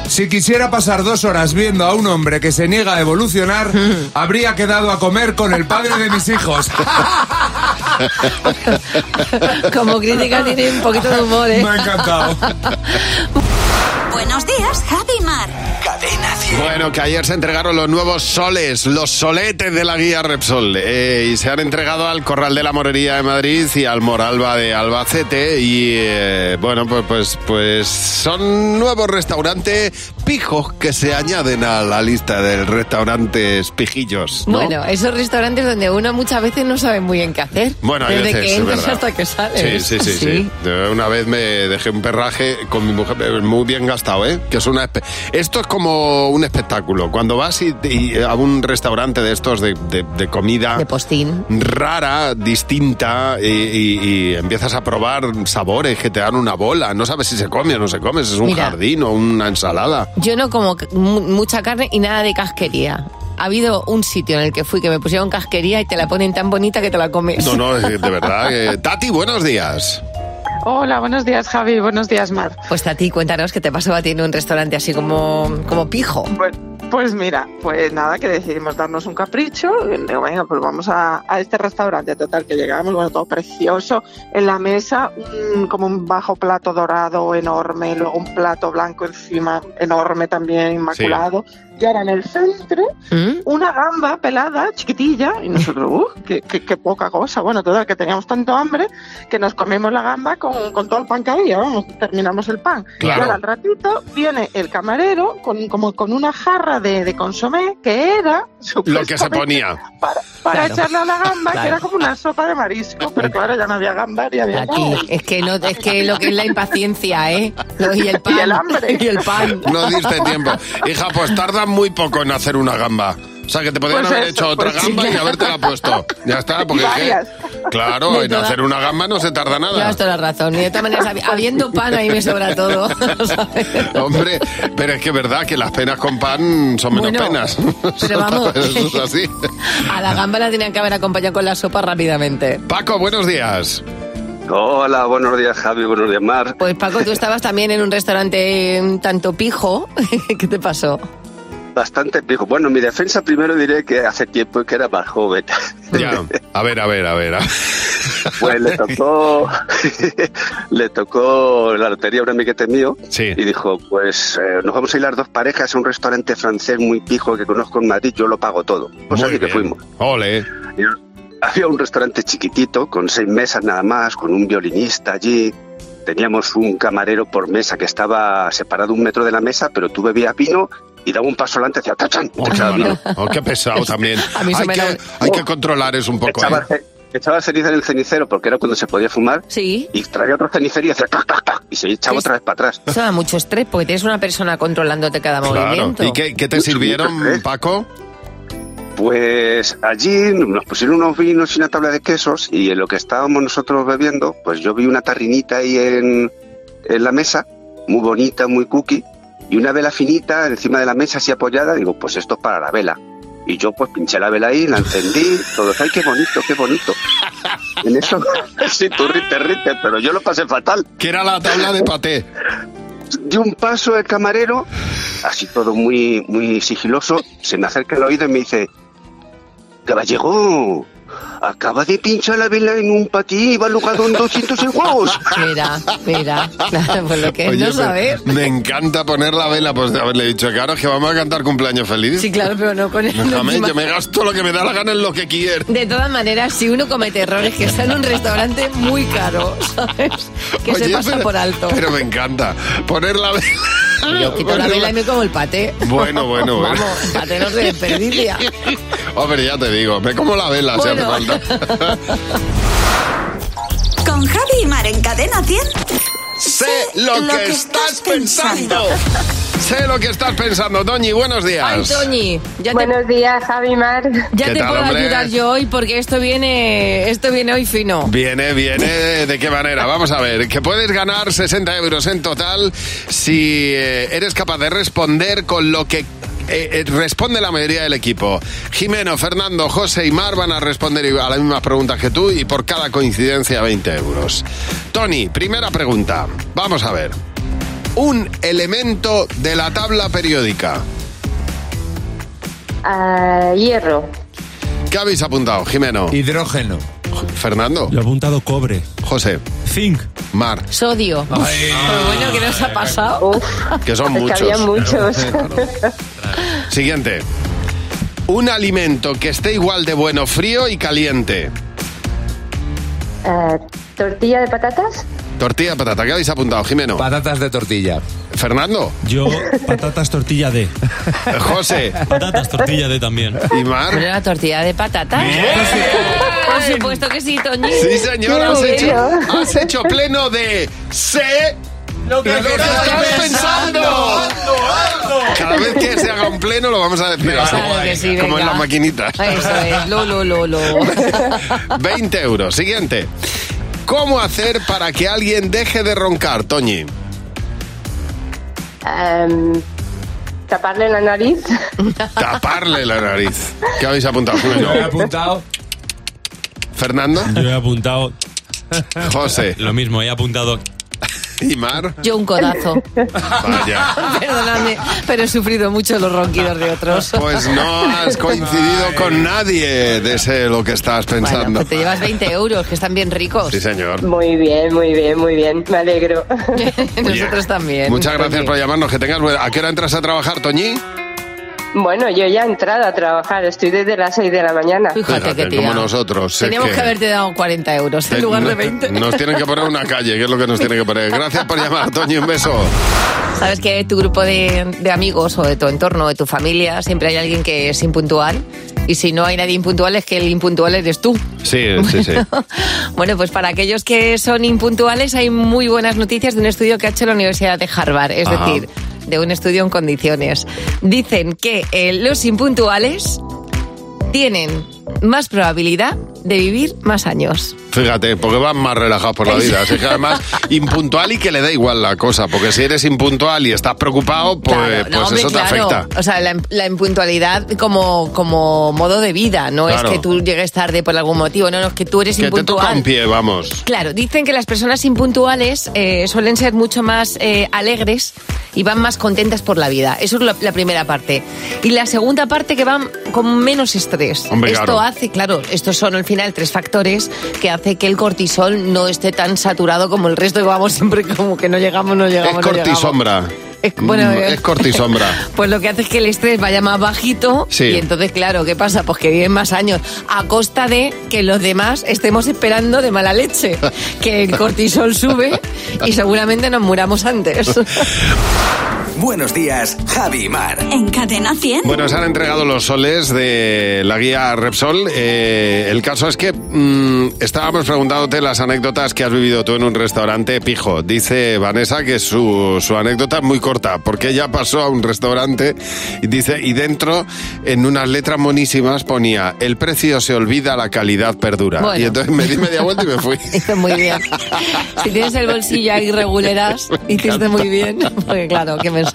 Speaker 20: Si quisiera pasar dos horas viendo a un hombre que se niega a evolucionar, habría quedado a comer con el padre de mis hijos.
Speaker 4: Como crítica tiene un poquito de humor, ¿eh?
Speaker 20: Me ha encantado.
Speaker 1: Buenos días, Javi y Mar.
Speaker 3: Bueno, que ayer se entregaron los nuevos soles, los soletes de la guía Repsol. eh, y se han entregado al Corral de la Morería de Madrid y al Moralba de Albacete. Y eh, bueno, pues, pues, pues son nuevos restaurantes pijos que se añaden a la lista de restaurantes pijillos. ¿no?
Speaker 4: Bueno, esos restaurantes donde uno muchas veces no sabe muy bien qué hacer.
Speaker 3: Bueno, hay
Speaker 4: Desde
Speaker 3: veces,
Speaker 4: que
Speaker 3: es
Speaker 4: entras
Speaker 3: verdad.
Speaker 4: hasta que
Speaker 3: Sí,
Speaker 4: sales.
Speaker 3: sí, Ah, sí, sí. Yo Una vez me dejé un perraje con mi mujer, eh, muy bien gastado, ¿eh? Que es una espe- Esto es como un espectáculo. Cuando vas y, y a un restaurante de estos de, de- de comida... Rara, distinta, y, y- y empiezas a probar sabores que te dan una bola. No sabes si se come o no se come, si es un
Speaker 4: Mira.
Speaker 3: jardín o una ensalada.
Speaker 4: Yo no como ca- mu- mucha carne y nada de casquería. Ha habido un sitio en el que fui que me pusieron casquería y te la ponen tan bonita que te la comes.
Speaker 3: No, no, eh, de verdad. eh, Tati, buenos días.
Speaker 4: Hola, buenos días, Javi. Buenos días, Mar. Pues a ti, cuéntanos qué te pasó a ti en un restaurante así como, como pijo.
Speaker 21: Pues, pues mira, pues nada, que decidimos darnos un capricho. Y digo, venga, pues vamos a, a este restaurante. Total, que llegamos, bueno, todo precioso. En la mesa, un- como un bajo plato dorado enorme, luego un plato blanco encima enorme también, inmaculado. y ahora en el centro una gamba pelada, chiquitilla, y nosotros, uh, qué, qué- qué poca cosa. Bueno, total, que teníamos tanto hambre que nos comimos la gamba con, con todo el pan que había, vamos, terminamos el pan.
Speaker 5: Claro.
Speaker 21: Y ahora al ratito viene el camarero con, como con una jarra de, de consomé que era
Speaker 3: Lo que se
Speaker 21: supuestamente,
Speaker 3: ponía.
Speaker 21: para
Speaker 3: Claro.
Speaker 21: echarle a la gamba,
Speaker 3: Claro.
Speaker 21: que era como una sopa de marisco, pero claro, ya no había gamba ni había
Speaker 4: Aquí, es que no, es que lo que es la impaciencia, ¿eh? Lo- y el pan. Y el pan.
Speaker 3: No diste tiempo. Hija, pues tardan muy poco en hacer una gamba. O sea, que te podrían
Speaker 21: Pues
Speaker 3: haber
Speaker 21: eso,
Speaker 3: hecho otra
Speaker 21: pues sí.
Speaker 3: gamba y habértela puesto. Ya está, porque es que-
Speaker 4: Varias.
Speaker 3: Claro,
Speaker 4: De
Speaker 3: en
Speaker 4: toda-
Speaker 3: hacer una gamba no se tarda nada.
Speaker 4: Llevas toda la razón. Y de todas maneras, habi- habiendo pan, ahí me sobra todo.
Speaker 3: Hombre, pero es que es verdad que las penas con pan son menos
Speaker 4: Bueno,
Speaker 3: penas.
Speaker 4: pero vamos.
Speaker 3: Eso es así.
Speaker 4: A la gamba la tenían que haber acompañado con la sopa rápidamente.
Speaker 3: Paco, buenos días.
Speaker 22: Hola, buenos días Javi, buenos días Mar.
Speaker 4: Pues Paco, tú estabas también en un restaurante un tanto pijo. ¿Qué te pasó?
Speaker 22: Bastante pijo. Bueno, en mi defensa primero diré que hace tiempo que era más joven.
Speaker 3: Ya, a ver, a ver, a ver.
Speaker 22: Pues le tocó, le tocó la lotería a un amiguete mío y dijo, pues eh, nos vamos a ir las dos parejas a un restaurante francés muy pijo que conozco en Madrid, yo lo pago todo. Pues así que fuimos.
Speaker 3: Ole.
Speaker 22: Y Había un restaurante chiquitito, con seis mesas nada más, con un violinista allí. Teníamos un camarero por mesa que estaba separado un metro de la mesa, pero tú bebías vino y daba un paso adelante hacia tachan. te echaba vino.
Speaker 3: Oh, qué pesado también.
Speaker 22: A mí se
Speaker 3: hay,
Speaker 22: me
Speaker 3: que,
Speaker 22: da-
Speaker 3: hay que controlar eso un poco.
Speaker 22: Echaba,
Speaker 3: ¿eh?
Speaker 22: echaba ceniza en el cenicero porque era cuando se podía fumar.
Speaker 4: Sí.
Speaker 22: Y traía otro cenicero y hacía tac, tac, tac, y se echaba otra vez para atrás.
Speaker 4: Eso da mucho estrés porque tienes una persona controlándote cada
Speaker 22: Claro.
Speaker 4: movimiento.
Speaker 22: ¿Y qué- qué te sirvieron,
Speaker 3: Paco?
Speaker 22: Pues allí nos pusieron unos vinos y una tabla de quesos y en lo que estábamos nosotros bebiendo, pues yo vi una tarrinita ahí en, en la mesa, muy bonita, muy cookie, y una vela finita encima de la mesa así apoyada, digo, pues esto es para la vela. Y yo pues pinché la vela ahí, la encendí, todo, ay, qué bonito, qué bonito. En eso, sí, tú rite, rite, pero yo lo pasé fatal.
Speaker 3: Que era la tabla de paté.
Speaker 22: Dio un paso el camarero, así todo muy, muy sigiloso, se me acerca el oído y me dice, Caballero, acaba de pinchar la vela en un patí y va alojado en 200 euros.
Speaker 4: Mira, mira. Claro, por lo que es
Speaker 22: Oye,
Speaker 4: no
Speaker 22: pero-
Speaker 4: saber.
Speaker 3: Me encanta poner la vela, pues de haberle dicho que ahora es que vamos a cantar cumpleaños feliz.
Speaker 4: Sí, claro, pero no con el no
Speaker 3: Déjame,
Speaker 4: encima.
Speaker 3: yo me gasto lo que me da la gana en lo que quiero.
Speaker 4: De todas maneras, si uno comete errores, que está en un restaurante muy caro, ¿sabes? Que se
Speaker 3: Oye,
Speaker 4: pasa
Speaker 3: pero-
Speaker 4: por alto.
Speaker 3: Pero me encanta. Poner la vela.
Speaker 4: Yo quito la
Speaker 3: Poner
Speaker 4: vela y me como el paté.
Speaker 3: Bueno, bueno, bueno.
Speaker 4: Vamos, paté no se desperdicia.
Speaker 3: Hombre, ya te digo, me como la vela
Speaker 1: Bueno.
Speaker 3: si hace falta.
Speaker 1: Con Javi y Mar en Cadena 100.
Speaker 3: Sé lo, que, estás pensando. sé lo que estás pensando, Doñi, buenos días.
Speaker 4: Toñi,
Speaker 23: Buenos días, Javi Mar.
Speaker 4: Ya
Speaker 3: ¿Qué
Speaker 4: te
Speaker 3: tal,
Speaker 4: puedo
Speaker 3: hombre?
Speaker 4: ayudar yo hoy porque esto viene, esto viene hoy fino.
Speaker 3: Viene, viene, ¿de qué manera? Vamos a ver, que puedes ganar 60 euros en total si eh, eres capaz de responder con lo que eh, eh, responde la mayoría del equipo. Jimeno, Fernando, José y Mar van a responder a las mismas preguntas que tú y por cada coincidencia 20 euros. Tony, primera pregunta. Vamos a ver. Un elemento de la tabla periódica.
Speaker 23: Ah, hierro.
Speaker 3: ¿Qué habéis apuntado, Jimeno? Hidrógeno. Fernando. Lo he apuntado cobre. José. Zinc. Mar.
Speaker 4: Sodio. Pero bueno, ¿qué nos ha pasado?
Speaker 3: Que
Speaker 23: Es
Speaker 3: son
Speaker 23: que
Speaker 3: muchos.
Speaker 23: había muchos.
Speaker 3: Siguiente. Un alimento que esté igual de bueno frío y caliente.
Speaker 23: Ah, ¿Tortilla de patatas?
Speaker 3: Tortilla de patata. ¿Qué habéis apuntado, Jimeno? Patatas de tortilla. Fernando.
Speaker 16: Yo, patatas tortilla de.
Speaker 3: José.
Speaker 16: Patatas tortilla de también.
Speaker 3: ¿Y Mar?
Speaker 4: ¿Pero una tortilla de patatas? Por supuesto que sí, Toñi.
Speaker 3: Sí, señor, has hecho, has hecho pleno de sé lo que, estás pensando. Cada vez que se haga un pleno lo vamos a decir así.
Speaker 4: Claro que sí,
Speaker 3: como en
Speaker 4: venga.
Speaker 3: las maquinitas.
Speaker 4: Eso es, lo, lo, lo, lo.
Speaker 3: 20 euros. Siguiente. ¿Cómo hacer para que alguien deje de roncar, Toñi?
Speaker 23: Ah, ¿Taparle la nariz?
Speaker 3: Taparle la nariz. ¿Qué habéis apuntado? Yo he apuntado. Fernando.
Speaker 16: Yo he apuntado.
Speaker 3: José.
Speaker 16: Lo mismo, he apuntado.
Speaker 3: ¿Y Mar?
Speaker 4: Yo un codazo.
Speaker 3: Vaya.
Speaker 4: Perdóname, pero he sufrido mucho los ronquidos de otros.
Speaker 3: Pues no has coincidido con nadie de ese lo que estás pensando.
Speaker 4: pues Te llevas 20 euros, que están bien ricos.
Speaker 3: Sí, señor.
Speaker 23: Muy bien, muy bien, muy bien. Me alegro.
Speaker 4: Nosotros también. Pues
Speaker 3: Muchas gracias por llamarnos. Que tengas buena- ¿A qué hora entras a trabajar, Toñi?
Speaker 23: Bueno, yo ya he entrado a trabajar, estoy desde las 6 de la mañana.
Speaker 4: Fíjate que
Speaker 3: Fíjate,
Speaker 4: tía.
Speaker 3: como nosotros. es
Speaker 4: Teníamos
Speaker 3: que-
Speaker 4: que haberte dado 40 euros en lugar de 20.
Speaker 3: Eh, Nos tienen que poner una calle, que es lo que nos tienen que poner. Gracias por llamar, Toño, un beso.
Speaker 4: Sabes que tu grupo de, de amigos o de tu entorno, de tu familia, siempre hay alguien que es impuntual. Y si no hay nadie impuntual, es que el impuntual eres tú.
Speaker 3: Sí, sí, sí.
Speaker 4: Bueno, pues para aquellos que son impuntuales, hay muy buenas noticias de un estudio que ha hecho la Universidad de Harvard. Es
Speaker 3: Ajá.
Speaker 4: decir, de un estudio en condiciones. Dicen que eh, los impuntuales tienen más probabilidad de vivir más años.
Speaker 3: Fíjate, porque van más relajados por la vida. Así que además, impuntual y que le da igual la cosa, porque si eres impuntual y estás preocupado, pues, pues
Speaker 4: No, hombre,
Speaker 3: eso te
Speaker 4: claro.
Speaker 3: afecta.
Speaker 4: O sea, la, la impuntualidad como, como modo de vida, no
Speaker 3: Claro.
Speaker 4: es que tú llegues tarde por algún motivo, no, no es que tú eres
Speaker 3: Que te toca un
Speaker 4: impuntual.
Speaker 3: pie, vamos.
Speaker 4: Claro, dicen que las personas impuntuales eh, suelen ser mucho más eh, alegres y van más contentas por la vida. Eso es la, la primera parte. Y la segunda parte que van con menos estrés.
Speaker 5: Hombre,
Speaker 4: Esto
Speaker 5: claro.
Speaker 4: hace, claro, estos son al final tres factores que hace que el cortisol no esté tan saturado como el resto que vamos siempre como que no llegamos, no llegamos.
Speaker 3: Es
Speaker 4: no llegamos.
Speaker 3: cortisombra.
Speaker 4: Es- bueno,
Speaker 3: Mm,
Speaker 4: eh.
Speaker 3: es cortisombra.
Speaker 4: Pues lo que hace es que el estrés vaya más bajito
Speaker 3: Sí.
Speaker 4: y entonces, claro, ¿qué pasa? Pues que viven más años a costa de que los demás estemos esperando de mala leche, que el cortisol sube y seguramente nos muramos antes.
Speaker 2: Buenos días, Javi y Mar.
Speaker 1: En Cadena 100.
Speaker 3: Bueno, se han entregado los soles de la guía Repsol. Eh, el caso es que mm, estábamos preguntándote las anécdotas que has vivido tú en un restaurante pijo. Dice Vanessa que su, su anécdota es muy corta, porque ella pasó a un restaurante y dice, y dentro, en unas letras monísimas, ponía el precio se olvida, la calidad perdura.
Speaker 4: Bueno.
Speaker 3: Y entonces me di media vuelta y me fui.
Speaker 4: Hiciste muy bien. Si tienes el bolsillo ahí reguleras, hiciste muy bien. Porque claro, qué mensaje.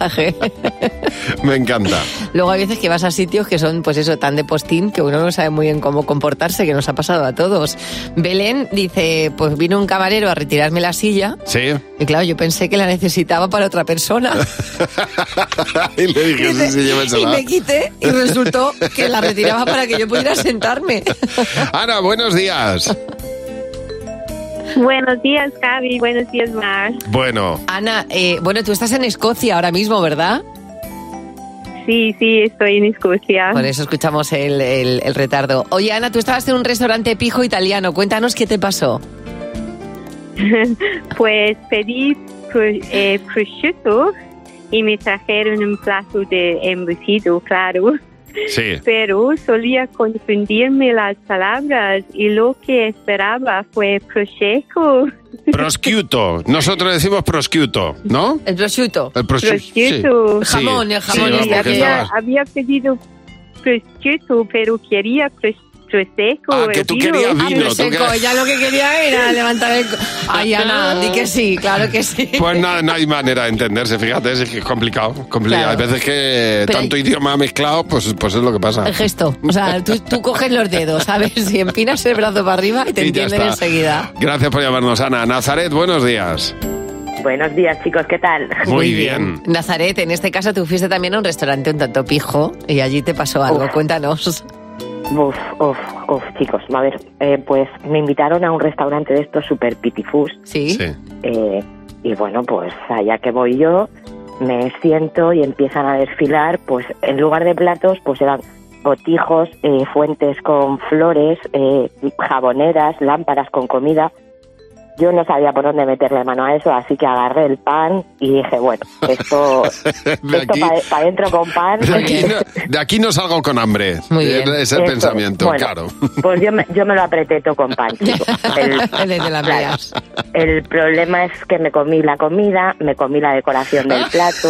Speaker 3: Me encanta.
Speaker 4: Luego hay veces que vas a sitios que son, pues eso, tan de postín que uno no sabe muy bien cómo comportarse, que nos ha pasado a todos. Belén dice, pues vino un camarero a retirarme la silla
Speaker 3: Sí.
Speaker 4: Y claro, yo pensé que la necesitaba para otra persona.
Speaker 3: y le dije, sí, sí,
Speaker 4: y
Speaker 3: llévensela.
Speaker 4: me quité y resultó que la retiraba para que yo pudiera sentarme.
Speaker 3: Ana, buenos días.
Speaker 24: Buenos días, Javi. Buenos días, Mar.
Speaker 3: Bueno,
Speaker 4: Ana, eh, bueno, tú estás en Escocia ahora mismo, ¿verdad?
Speaker 24: Sí, sí, estoy en Escocia.
Speaker 4: Por eso escuchamos el, el- el retardo. Oye, Ana, tú estabas en un restaurante pijo italiano. Cuéntanos qué te pasó.
Speaker 24: Pues pedí pr- eh, prosciutto y me trajeron un plato de embutido, claro.
Speaker 3: Sí.
Speaker 24: Pero solía confundirme las palabras y lo que esperaba fue prosciutto.
Speaker 3: prosciutto. Nosotros decimos prosciutto, ¿no?
Speaker 4: El prosciutto.
Speaker 3: El
Speaker 24: prosciutto.
Speaker 3: Sí. Sí, sí, vamos,
Speaker 24: Sí,
Speaker 3: que
Speaker 24: este, había,
Speaker 3: estabas-
Speaker 24: había pedido prosciutto, pero quería pros- prosecco.
Speaker 3: Ah, que
Speaker 24: el este.
Speaker 3: tú querías vino, tú
Speaker 4: Seco,
Speaker 3: querías-
Speaker 4: ya lo que quería era levantar el... co- Ay, Ana, di que sí, claro que sí.
Speaker 3: Pues no, no hay manera de entenderse, fíjate, es que es complicado. complicado.
Speaker 4: Claro.
Speaker 3: Hay veces que
Speaker 4: Pero Eh.
Speaker 3: tanto idioma mezclado, pues, pues es lo que pasa.
Speaker 4: El gesto. O sea, tú, tú coges los dedos, ¿sabes? Y empinas el brazo para arriba y te
Speaker 3: Y ya
Speaker 4: entienden
Speaker 3: está.
Speaker 4: enseguida.
Speaker 3: Gracias por llamarnos, Ana. Nazaret, buenos días.
Speaker 9: Buenos días, chicos, ¿qué tal?
Speaker 3: Muy bien.
Speaker 4: Nazaret, en este caso tú fuiste también a un restaurante un tanto pijo y allí te pasó algo. Cuéntanos.
Speaker 9: Uf, uf, uf, chicos. A ver, eh, pues me invitaron a un restaurante de estos super pitifus.
Speaker 4: Sí.
Speaker 9: Eh, y bueno, pues allá que voy yo, me siento y empiezan a desfilar, pues en lugar de platos, pues eran botijos, eh, fuentes con flores, eh, jaboneras, lámparas con comida. Yo no sabía por dónde meterle mano a eso, así que agarré el pan y dije, bueno, esto, esto
Speaker 3: aquí-
Speaker 9: para adentro con pan.
Speaker 3: De aquí, no, de aquí no salgo con hambre. Eh, Es el
Speaker 9: Eso,
Speaker 3: pensamiento,
Speaker 9: bueno,
Speaker 3: claro.
Speaker 9: Pues yo me, yo me lo apreté todo con pan, chico. El,
Speaker 4: Desde las
Speaker 9: claro,
Speaker 4: mías.
Speaker 9: el problema es que me comí la comida, me comí la decoración del plato.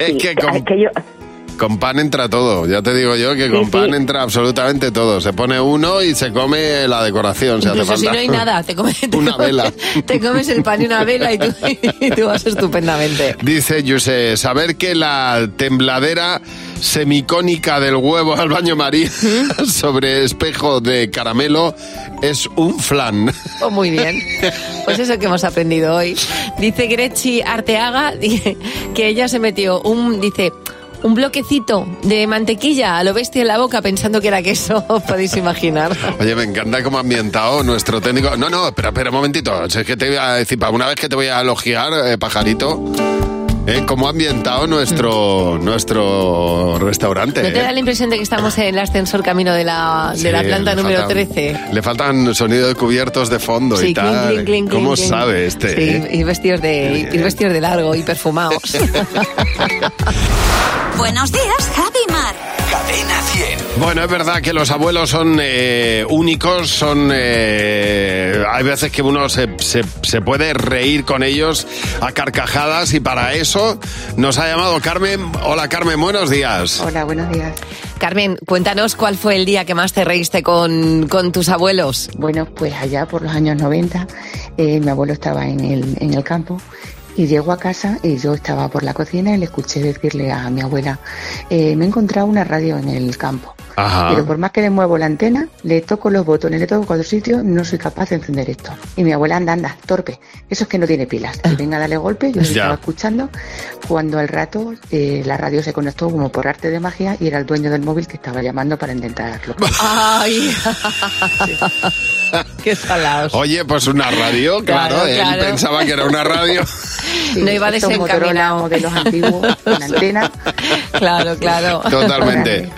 Speaker 3: Es que con,
Speaker 9: que yo-
Speaker 3: con pan entra todo. Ya te digo yo que con
Speaker 9: Sí,
Speaker 3: pan
Speaker 9: sí.
Speaker 3: entra absolutamente todo. Se pone uno y se come la decoración. si hace
Speaker 4: Incluso si
Speaker 3: falta.
Speaker 4: no hay nada, te comes, te
Speaker 3: Una
Speaker 4: comes-
Speaker 3: vela.
Speaker 4: te comes el pan y una vela y tú, y tú vas estupendamente.
Speaker 3: Dice Yuse, saber que la tembladera semicónica del huevo al baño María
Speaker 4: ¿Mm?
Speaker 3: sobre espejo de caramelo es un flan.
Speaker 4: Oh, muy bien. Pues eso que hemos aprendido hoy. Dice Grechi Arteaga di- que ella se metió un, dice, un bloquecito de mantequilla a lo bestia en la boca pensando que era queso, os podéis imaginar.
Speaker 3: Oye, me encanta cómo ha ambientado nuestro técnico. No, no, espera, espera un momentito. Si es que te voy a decir, para una vez que te voy a elogiar, eh, pajarito, eh, cómo ha ambientado nuestro, nuestro restaurante.
Speaker 4: ¿No te
Speaker 3: eh.
Speaker 4: da la impresión de que estamos en el ascensor camino de la, de
Speaker 3: Sí,
Speaker 4: la planta
Speaker 3: le
Speaker 4: número
Speaker 3: faltan-
Speaker 4: 13?
Speaker 3: Le faltan sonido de cubiertos de fondo
Speaker 4: Sí,
Speaker 3: y
Speaker 4: clink,
Speaker 3: tal.
Speaker 4: clink, clink,
Speaker 3: ¿Cómo
Speaker 4: clink,
Speaker 3: sabe
Speaker 4: clink.
Speaker 3: este?
Speaker 4: Sí,
Speaker 3: eh?
Speaker 4: y vestidos de, y vestidos de largo y perfumados.
Speaker 1: Buenos días, Javi y Mar.
Speaker 2: Cadena 100.
Speaker 3: Bueno, es verdad que los abuelos son eh, únicos, son eh, hay veces que uno se, se- se puede reír con ellos a carcajadas y para eso nos ha llamado Carmen. Hola Carmen, buenos días.
Speaker 4: Hola, buenos días. Carmen, cuéntanos cuál fue el día que más te reíste con, con tus abuelos.
Speaker 5: Bueno, pues allá por los años 90, eh, mi abuelo estaba en el, en el campo y llegó a casa y yo estaba por la cocina y le escuché decirle a mi abuela, eh, me he encontrado una radio en el campo.
Speaker 3: Ajá.
Speaker 5: Pero por más que le muevo la antena, le toco los botones, le toco cuatro sitios, no soy capaz de encender esto. Y mi abuela anda, anda, torpe. Eso es que no tiene pilas.
Speaker 4: Ah.
Speaker 5: Y venga, dale golpe, yo lo
Speaker 12: Ya.
Speaker 5: estaba escuchando. Cuando al rato eh, la radio se conectó como por arte de magia y era el dueño del móvil que estaba llamando para intentar
Speaker 4: ¡Ay! ¡Qué salados!
Speaker 3: Oye, pues una radio, claro,
Speaker 5: Claro,
Speaker 3: él
Speaker 5: claro.
Speaker 3: pensaba que era una radio.
Speaker 4: no iba
Speaker 5: Eh, estos Motorola
Speaker 4: desencaminado.
Speaker 5: modelos antiguos con antena.
Speaker 4: Claro, claro.
Speaker 3: Totalmente.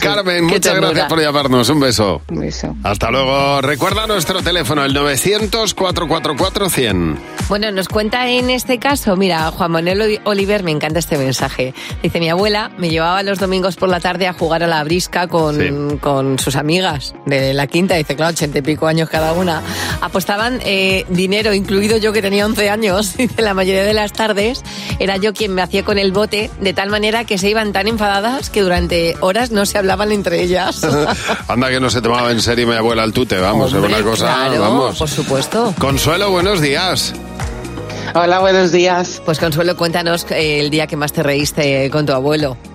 Speaker 3: Carmen,
Speaker 5: Qué
Speaker 3: muchas
Speaker 5: ternura.
Speaker 3: gracias por llamarnos. Un beso.
Speaker 5: Un beso.
Speaker 3: Hasta luego. Recuerda nuestro teléfono, el 900-444-100.
Speaker 4: Bueno, nos cuenta en este caso, mira, Juan Manuel Oli- Oliver, me encanta este mensaje. Dice, mi abuela me llevaba los domingos por la tarde a jugar a la brisca con, con sus amigas de la quinta. Dice, claro, ochenta y pico años cada una. Apostaban eh, dinero, incluido yo que tenía 11 años. Dice, la mayoría de las tardes era yo quien me hacía con el bote, de tal manera que se iban tan enfadadas que durante horas no se hablaban entre ellas.
Speaker 3: Anda que no se tomaba en serio mi abuela el tute, vamos, es una cosa,
Speaker 4: claro,
Speaker 3: vamos.
Speaker 4: por supuesto.
Speaker 3: Consuelo, buenos días.
Speaker 4: Hola, buenos días. Pues Consuelo, cuéntanos eh, el día que más te reíste eh, con tu abuelo.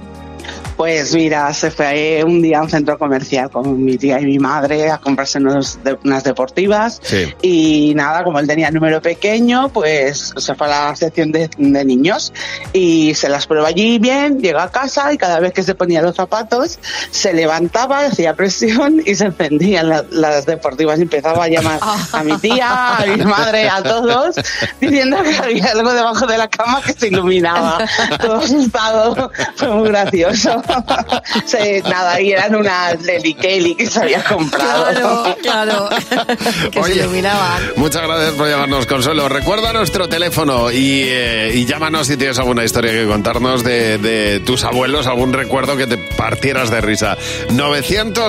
Speaker 12: Pues mira, se fue eh, un día a un centro comercial con mi tía y mi madre a comprarse unos de- unas deportivas.
Speaker 3: Sí.
Speaker 12: Y nada, como él tenía número pequeño, pues se fue a la sección de, de niños y se las prueba allí bien, llegó a casa y cada vez que se ponía los zapatos, se levantaba, hacía presión y se encendían la- las deportivas y empezaba a llamar a mi tía, a mi madre, a todos, diciendo que había algo debajo de la cama que se iluminaba. Todo asustado, fue muy gracioso. Se- nada, y eran unas Lely Kelly que se había comprado.
Speaker 4: Claro, claro. que se iluminaban.
Speaker 3: Muchas gracias por llamarnos, Consuelo. Recuerda nuestro teléfono y, eh, y llámanos si tienes alguna historia que contarnos de, de tus abuelos, algún recuerdo que te partieras de risa.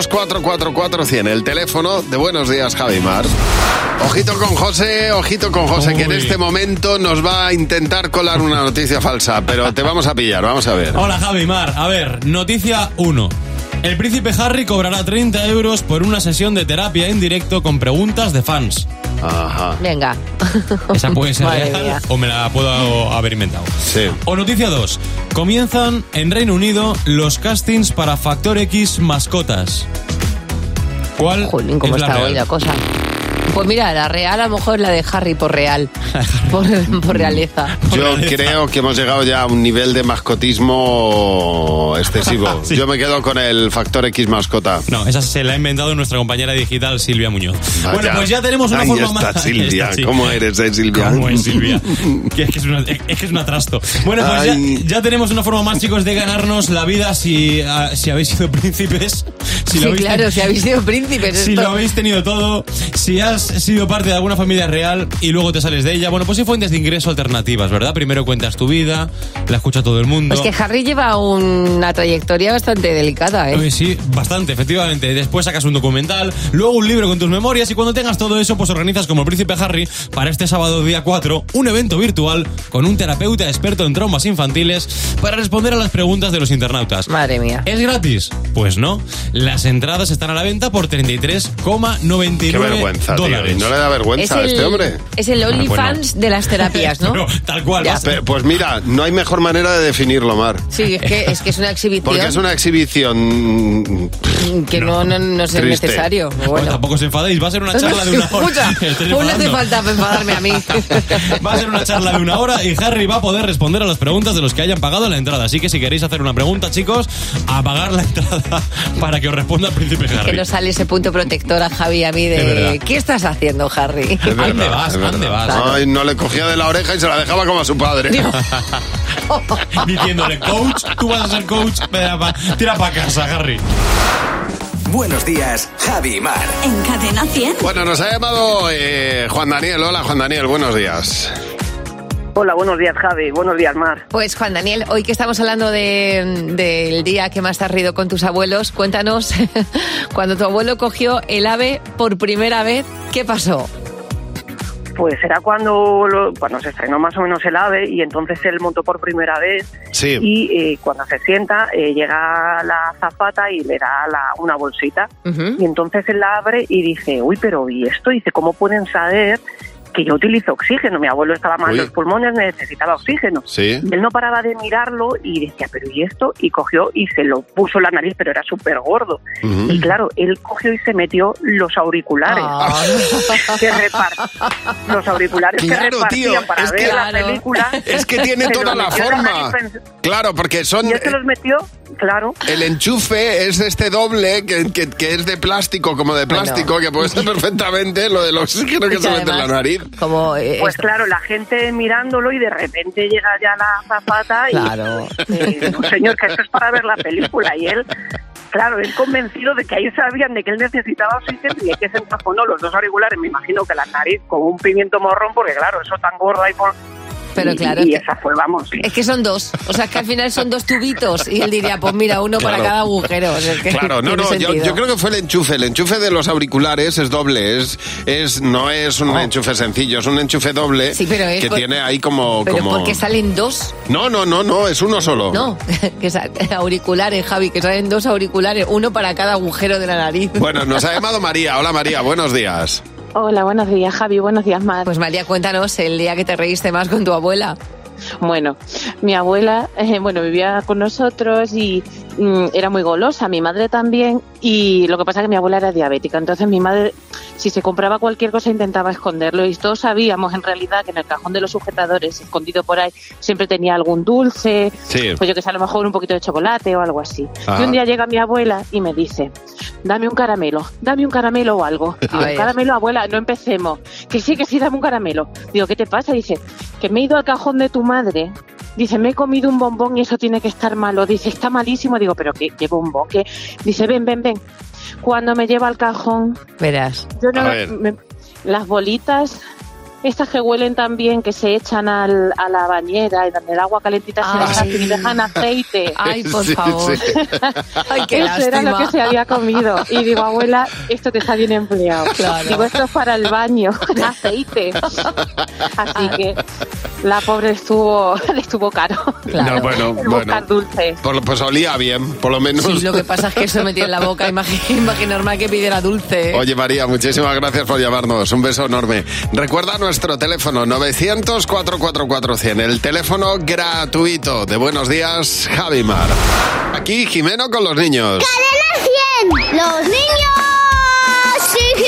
Speaker 3: 900-444-100, el teléfono de Buenos Días, Javimar. Ojito con José, ojito con José, que en este momento nos va a intentar colar una noticia falsa, pero te vamos a pillar, vamos a ver.
Speaker 16: Hola Javi Mar, a ver, noticia 1. El príncipe Harry cobrará 30 euros por una sesión de terapia en directo con preguntas de fans.
Speaker 3: Ajá.
Speaker 4: Venga.
Speaker 16: Esa puede ser ¿eh?
Speaker 4: Madre
Speaker 16: real
Speaker 4: mía.
Speaker 16: o me la puedo haber inventado.
Speaker 3: Sí.
Speaker 16: O noticia 2. Comienzan en Reino Unido los castings para Factor X mascotas. ¿Cuál
Speaker 4: ¿Cómo
Speaker 16: es la
Speaker 4: está
Speaker 16: real?
Speaker 4: hoy la cosa? Pues mira, la real a lo mejor es la de Harry por real. Por, por realeza.
Speaker 3: Yo creo que hemos llegado ya a un nivel de mascotismo excesivo. Yo me quedo con el factor X mascota.
Speaker 16: No, esa se la ha inventado nuestra compañera digital Silvia Muñoz. Bueno, pues ya tenemos una
Speaker 3: Ahí
Speaker 16: forma
Speaker 3: está,
Speaker 16: más.
Speaker 3: Silvia.
Speaker 16: Ahí está, sí.
Speaker 3: ¿Cómo eres, eh, Silvia?
Speaker 16: ¿Cómo es, Silvia? Que es, que es, una- es que es un atrasto. Bueno, pues ya,
Speaker 3: Ay.
Speaker 16: ya tenemos una forma más, chicos, de ganarnos la vida si, ah, si habéis sido príncipes. Si lo
Speaker 4: sí,
Speaker 16: habéis-
Speaker 4: claro, si habéis sido príncipes.
Speaker 16: si
Speaker 4: esto-
Speaker 16: lo habéis tenido todo, si has sido parte de alguna familia real y luego te sales de ella, bueno, pues hay fuentes de ingreso alternativas, ¿verdad? Primero cuentas tu vida, la escucha todo el mundo.
Speaker 4: Es que Harry lleva una trayectoria bastante delicada, ¿eh?
Speaker 16: Eh, Sí, bastante, efectivamente. Después sacas un documental, luego un libro con tus memorias y cuando tengas todo eso, pues organizas como el príncipe Harry para este sábado día 4 un evento virtual con un terapeuta experto en traumas infantiles para responder a las preguntas de los internautas.
Speaker 4: Madre mía.
Speaker 16: ¿Es gratis? Pues no. Las entradas están a la venta por 33,99
Speaker 3: Qué vergüenza, tío.
Speaker 16: dólares.
Speaker 3: ¿No le da vergüenza a este hombre?
Speaker 4: Es el
Speaker 3: Bueno, pues no.
Speaker 4: OnlyFans de las terapias, ¿no?
Speaker 16: Tal cual.
Speaker 4: Ya.
Speaker 3: Pe- Pues mira, no hay mejor manera de definirlo, Mar.
Speaker 4: Sí, es que, es que es una exhibición
Speaker 3: Porque es una exhibición... mm,
Speaker 4: que no, no, no es
Speaker 3: Triste.
Speaker 4: necesario. Bueno.
Speaker 16: Bueno, tampoco os enfadéis, va a ser una charla de una hora.
Speaker 4: Escucha,
Speaker 16: Estoy
Speaker 4: pues no hace
Speaker 16: enfadando.
Speaker 4: falta enfadarme a mí.
Speaker 16: Va a ser una charla de una hora y Harry va a poder responder a las preguntas de los que hayan pagado la entrada. Así que si queréis hacer una pregunta, chicos, a pagar la entrada para que os responda Príncipe
Speaker 4: Que
Speaker 16: Harry.
Speaker 4: no sale ese punto protector a Javi y a mí
Speaker 16: Es
Speaker 4: de
Speaker 16: verdad.
Speaker 4: ¿qué estás haciendo, Harry?
Speaker 3: Es verdad, es verdad. Ay, no le cogía de la oreja y se la dejaba como a su padre.
Speaker 16: Diciéndole, coach, tú vas a ser coach, tira para casa, Harry.
Speaker 2: Buenos días, Javi y Mar.
Speaker 1: En Cadena 100.
Speaker 3: Bueno, nos ha llamado eh, Juan Daniel. Hola, Juan Daniel, buenos días.
Speaker 7: Hola, buenos días, Javi. Buenos días, Mar.
Speaker 4: Pues Juan Daniel, hoy que estamos hablando de- del día que más te has rido con tus abuelos, cuéntanos cuando tu abuelo cogió el ave por primera vez, ¿qué pasó?
Speaker 7: Pues era cuando, lo- cuando se estrenó más o menos el AVE y entonces él montó por primera vez.
Speaker 3: Sí.
Speaker 7: Y eh, cuando se sienta, eh, llega la azafata y le da la- una bolsita. Y entonces él la abre y dice, uy, pero ¿y esto? Dice, ¿cómo pueden saber que yo utilizo oxígeno? Mi abuelo estaba mal
Speaker 3: Uy.
Speaker 7: de los pulmones, necesitaba oxígeno.
Speaker 3: Sí.
Speaker 7: Él no paraba de mirarlo y decía, pero ¿y esto? Y cogió y se lo puso en la nariz, pero era súper gordo.
Speaker 3: Ujú.
Speaker 7: Y claro, él cogió y se metió los auriculares. Que repar- los auriculares que
Speaker 3: Claro,
Speaker 7: repartían
Speaker 3: tío.
Speaker 7: para
Speaker 3: Es
Speaker 7: ver
Speaker 3: que,
Speaker 7: la película.
Speaker 3: es que tiene
Speaker 7: Se
Speaker 3: toda
Speaker 7: los
Speaker 3: la
Speaker 7: metió en
Speaker 3: forma.
Speaker 7: nariz, pens-
Speaker 3: Claro, porque son.
Speaker 7: Y él se los metió, claro.
Speaker 3: El enchufe es este doble que, que- que es de plástico, como de plástico, que puede ser perfectamente lo del oxígeno que
Speaker 7: Y
Speaker 3: se mete en la
Speaker 7: además,
Speaker 3: nariz.
Speaker 4: Como, eh,
Speaker 7: Pues claro, la gente mirándolo y de repente llega ya la zapata y
Speaker 4: Claro.
Speaker 7: eh, no, señor, que esto es para ver la película y él, claro, él convencido de que ahí sabían de que él necesitaba oxígeno y que se encajonó los dos auriculares, me imagino que la nariz con un pimiento morrón, porque claro, eso tan gordo ahí por...
Speaker 4: Pero
Speaker 7: y-
Speaker 4: claro,
Speaker 7: Y,
Speaker 4: es
Speaker 7: esa fue, vamos.
Speaker 4: Es que son dos, o sea, es que al final son dos tubitos y él diría, pues mira, uno para
Speaker 3: Claro.
Speaker 4: cada agujero. o sea, pues es que
Speaker 3: Claro, no,
Speaker 4: tiene
Speaker 3: no, yo,
Speaker 4: sentido.
Speaker 3: yo creo que fue el enchufe. El enchufe de los auriculares es doble, es, es no es un enchufe sencillo, es un enchufe doble
Speaker 4: Oh. Sí, pero es
Speaker 3: que
Speaker 4: por-
Speaker 3: tiene ahí como...
Speaker 4: Pero
Speaker 3: como- Oh.
Speaker 4: porque salen dos,
Speaker 3: No, no, no, no, es uno solo.
Speaker 4: no, que sa- auriculares, Javi, que salen dos auriculares, uno para cada agujero de la nariz.
Speaker 3: Bueno, nos ha llamado María. Hola María, buenos días.
Speaker 8: Hola, buenos días, Javi. Buenos días, Mar.
Speaker 4: Pues María, cuéntanos el día que te reíste más con tu abuela.
Speaker 8: Bueno, mi abuela, eh, bueno, vivía con nosotros y mm, era muy golosa, mi madre también, y lo que pasa es que mi abuela era diabética, entonces mi madre, si se compraba cualquier cosa, intentaba esconderlo y todos sabíamos en realidad que en el cajón de los sujetadores, escondido por ahí, siempre tenía algún dulce,
Speaker 13: Sí.
Speaker 8: pues yo que sé, a lo mejor un poquito de chocolate o algo así.
Speaker 13: Ajá.
Speaker 8: Y un día llega mi abuela y me dice, dame un caramelo, dame un caramelo o algo. Digo,
Speaker 13: ver.
Speaker 8: caramelo, abuela, no empecemos. Que sí, que sí, dame un caramelo. Digo, ¿qué te pasa? Dice, que me he ido al cajón de tu madre. Dice, me he comido un bombón y eso tiene que estar malo. Dice, está malísimo. Digo, pero qué, qué bombón, qué. Dice, ven, ven, ven. Cuando me lleva al cajón,
Speaker 4: Verás.
Speaker 8: yo no-
Speaker 4: A ver.
Speaker 8: me- las bolitas, estas que huelen tan bien, que se echan al- a la bañera, en el agua calentita, se dejan y dejan aceite.
Speaker 4: Ah, Ay, por Sí, favor. sí. Ay, qué
Speaker 8: Eso era lo
Speaker 4: lástima.
Speaker 8: que se había comido. Y digo, abuela, esto te está bien empleado.
Speaker 4: Claro.
Speaker 8: Digo, esto es para el baño, aceite.
Speaker 3: Ah.
Speaker 8: Así que la pobre estuvo, le estuvo caro.
Speaker 3: No, bueno,
Speaker 8: El
Speaker 3: bueno.
Speaker 8: Buscar dulces.
Speaker 3: Por lo- pues olía bien, por lo menos.
Speaker 4: Sí, lo que pasa es que eso metía en la boca, imagina, normal que pidiera dulce.
Speaker 3: Oye María, muchísimas gracias por llamarnos. Un beso enorme. Recuerda nuestro teléfono 900-444-100, el teléfono gratuito de Buenos Días, Javi Mar. Aquí Jimeno con los niños.
Speaker 25: ¡Cadena 100! ¡Los niños! ¡Sí,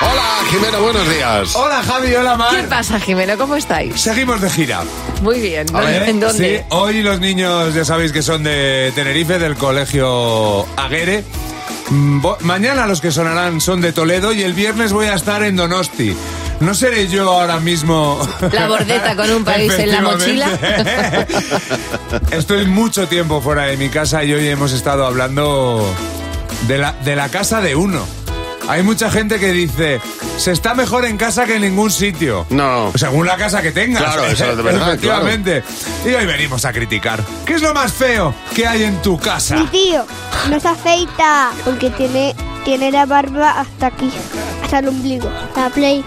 Speaker 3: Hola Ah, Jimeno, buenos días.
Speaker 20: Hola Javi, hola Mar.
Speaker 4: ¿Qué pasa, Jimeno? ¿Cómo estáis?
Speaker 20: Seguimos de gira.
Speaker 4: Muy bien.
Speaker 20: A ver,
Speaker 4: ¿En dónde?
Speaker 20: Sí, hoy los niños ya sabéis que son de Tenerife, del colegio Aguere. Mm, vo- Mañana los que sonarán son de Toledo y el viernes voy a estar en Donosti. No seré yo ahora mismo.
Speaker 4: La bordeta con un país en la mochila.
Speaker 20: Estoy mucho tiempo fuera de mi casa y hoy hemos estado hablando de la, de la casa de uno. Hay mucha gente que dice, se está mejor en casa que en ningún sitio.
Speaker 3: No.
Speaker 20: Según la casa que tengas.
Speaker 3: Claro, eso es de verdad,
Speaker 20: Efectivamente. Y hoy venimos a criticar. ¿Qué es lo más feo que hay en tu casa?
Speaker 25: Mi tío no se afeita porque tiene, tiene la barba hasta aquí, hasta el ombligo. La Play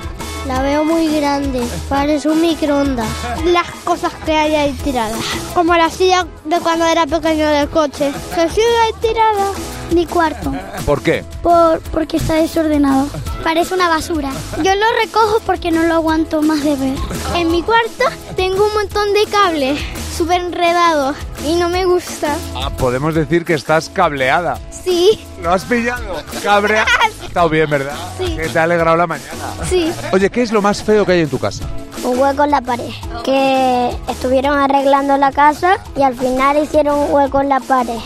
Speaker 25: la veo muy grande, parece un microondas. Las cosas que hay ahí tiradas, como la silla de cuando era pequeño del coche, que sigue ahí tirada. Mi cuarto,
Speaker 20: ¿Por qué?
Speaker 25: por, porque está desordenado. Parece una basura. Yo lo recojo porque no lo aguanto más de ver. En mi cuarto tengo un montón de cables, súper enredados, y no me gusta.
Speaker 20: Ah, podemos decir que estás cableada.
Speaker 25: Sí.
Speaker 20: ¿Lo has pillado? Cabrea. Está bien, ¿verdad?
Speaker 25: Sí.
Speaker 20: Que te ha alegrado la mañana.
Speaker 25: Sí.
Speaker 20: Oye, ¿qué es lo más feo que hay en tu casa?
Speaker 25: Un hueco en la pared. Que estuvieron arreglando la casa y al final hicieron un hueco en la pared.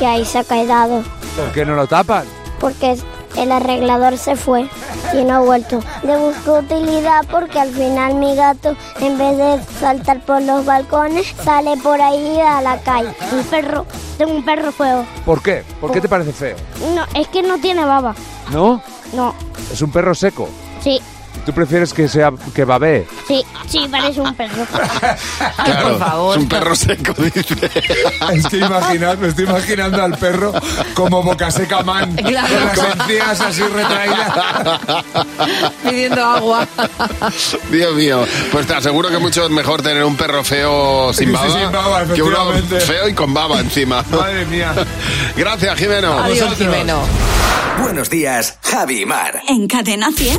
Speaker 25: Y ahí se ha quedado.
Speaker 20: Pues
Speaker 10: ¿Por qué no lo tapan?
Speaker 25: porque el arreglador se fue y no ha vuelto. Le busco utilidad porque al final mi gato, en vez de saltar por los balcones, sale por ahí a la calle. Un perro, tengo un perro feo.
Speaker 10: ¿Por qué? ¿Por qué te parece feo?
Speaker 25: No, es que no tiene baba.
Speaker 10: ¿No?
Speaker 25: No,
Speaker 10: Es un perro seco.
Speaker 25: sí,
Speaker 10: ¿Tú prefieres que sea que babee?
Speaker 25: sí, sí, parece un perro.
Speaker 10: por favor.
Speaker 3: Es un perro seco, dice.
Speaker 20: Es que imaginad, me estoy imaginando al perro como boca seca man.
Speaker 3: Claro.
Speaker 20: Con las encías así retraídas.
Speaker 4: Pidiendo agua.
Speaker 3: Dios mío, pues te aseguro que mucho es mejor tener un perro feo sin
Speaker 20: Sí,
Speaker 3: baba,
Speaker 20: sin baba,
Speaker 3: que uno
Speaker 20: efectivamente.
Speaker 3: feo y con baba encima.
Speaker 20: Madre mía.
Speaker 3: Gracias, Jimeno.
Speaker 2: Adiós, Vosotros. Jimeno.
Speaker 1: Buenos días, Javi Mar. En Cadena 100.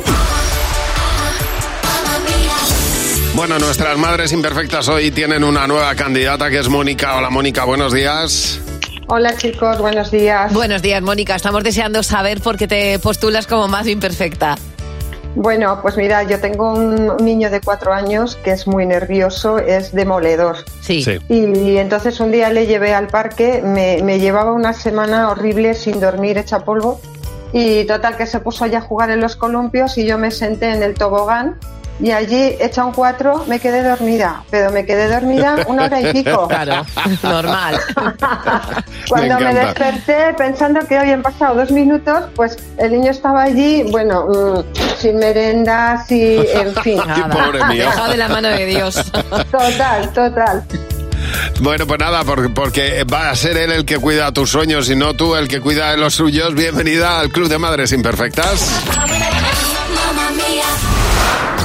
Speaker 3: Bueno, nuestras madres imperfectas hoy tienen una nueva candidata que es Mónica. Hola, Mónica, buenos días.
Speaker 4: Hola chicos, buenos días. Buenos días, Mónica. Estamos deseando saber por qué te postulas como más imperfecta.
Speaker 13: Bueno, pues mira, yo tengo un niño de cuatro años que es muy nervioso, es demoledor.
Speaker 4: Sí.
Speaker 13: Y entonces un día le llevé al parque, me, me llevaba una semana horrible sin dormir, hecha polvo. Y total que se puso allá a jugar en los columpios y yo me senté en el tobogán y allí, hecha un cuatro, me quedé dormida. Pero me quedé dormida una hora y pico.
Speaker 4: Claro, normal.
Speaker 13: Cuando
Speaker 4: Me
Speaker 13: me,
Speaker 4: encanta.
Speaker 13: desperté pensando que habían pasado dos minutos, pues el niño estaba allí, bueno, mm, sin merenda, sin, en fin.
Speaker 3: Ay, pobre mío. Dejado de la mano de Dios.
Speaker 13: Total, total.
Speaker 3: Bueno, pues nada, por- porque va a ser él el que cuida tus sueños y no tú el que cuida de los suyos. Bienvenida al Club de Madres Imperfectas.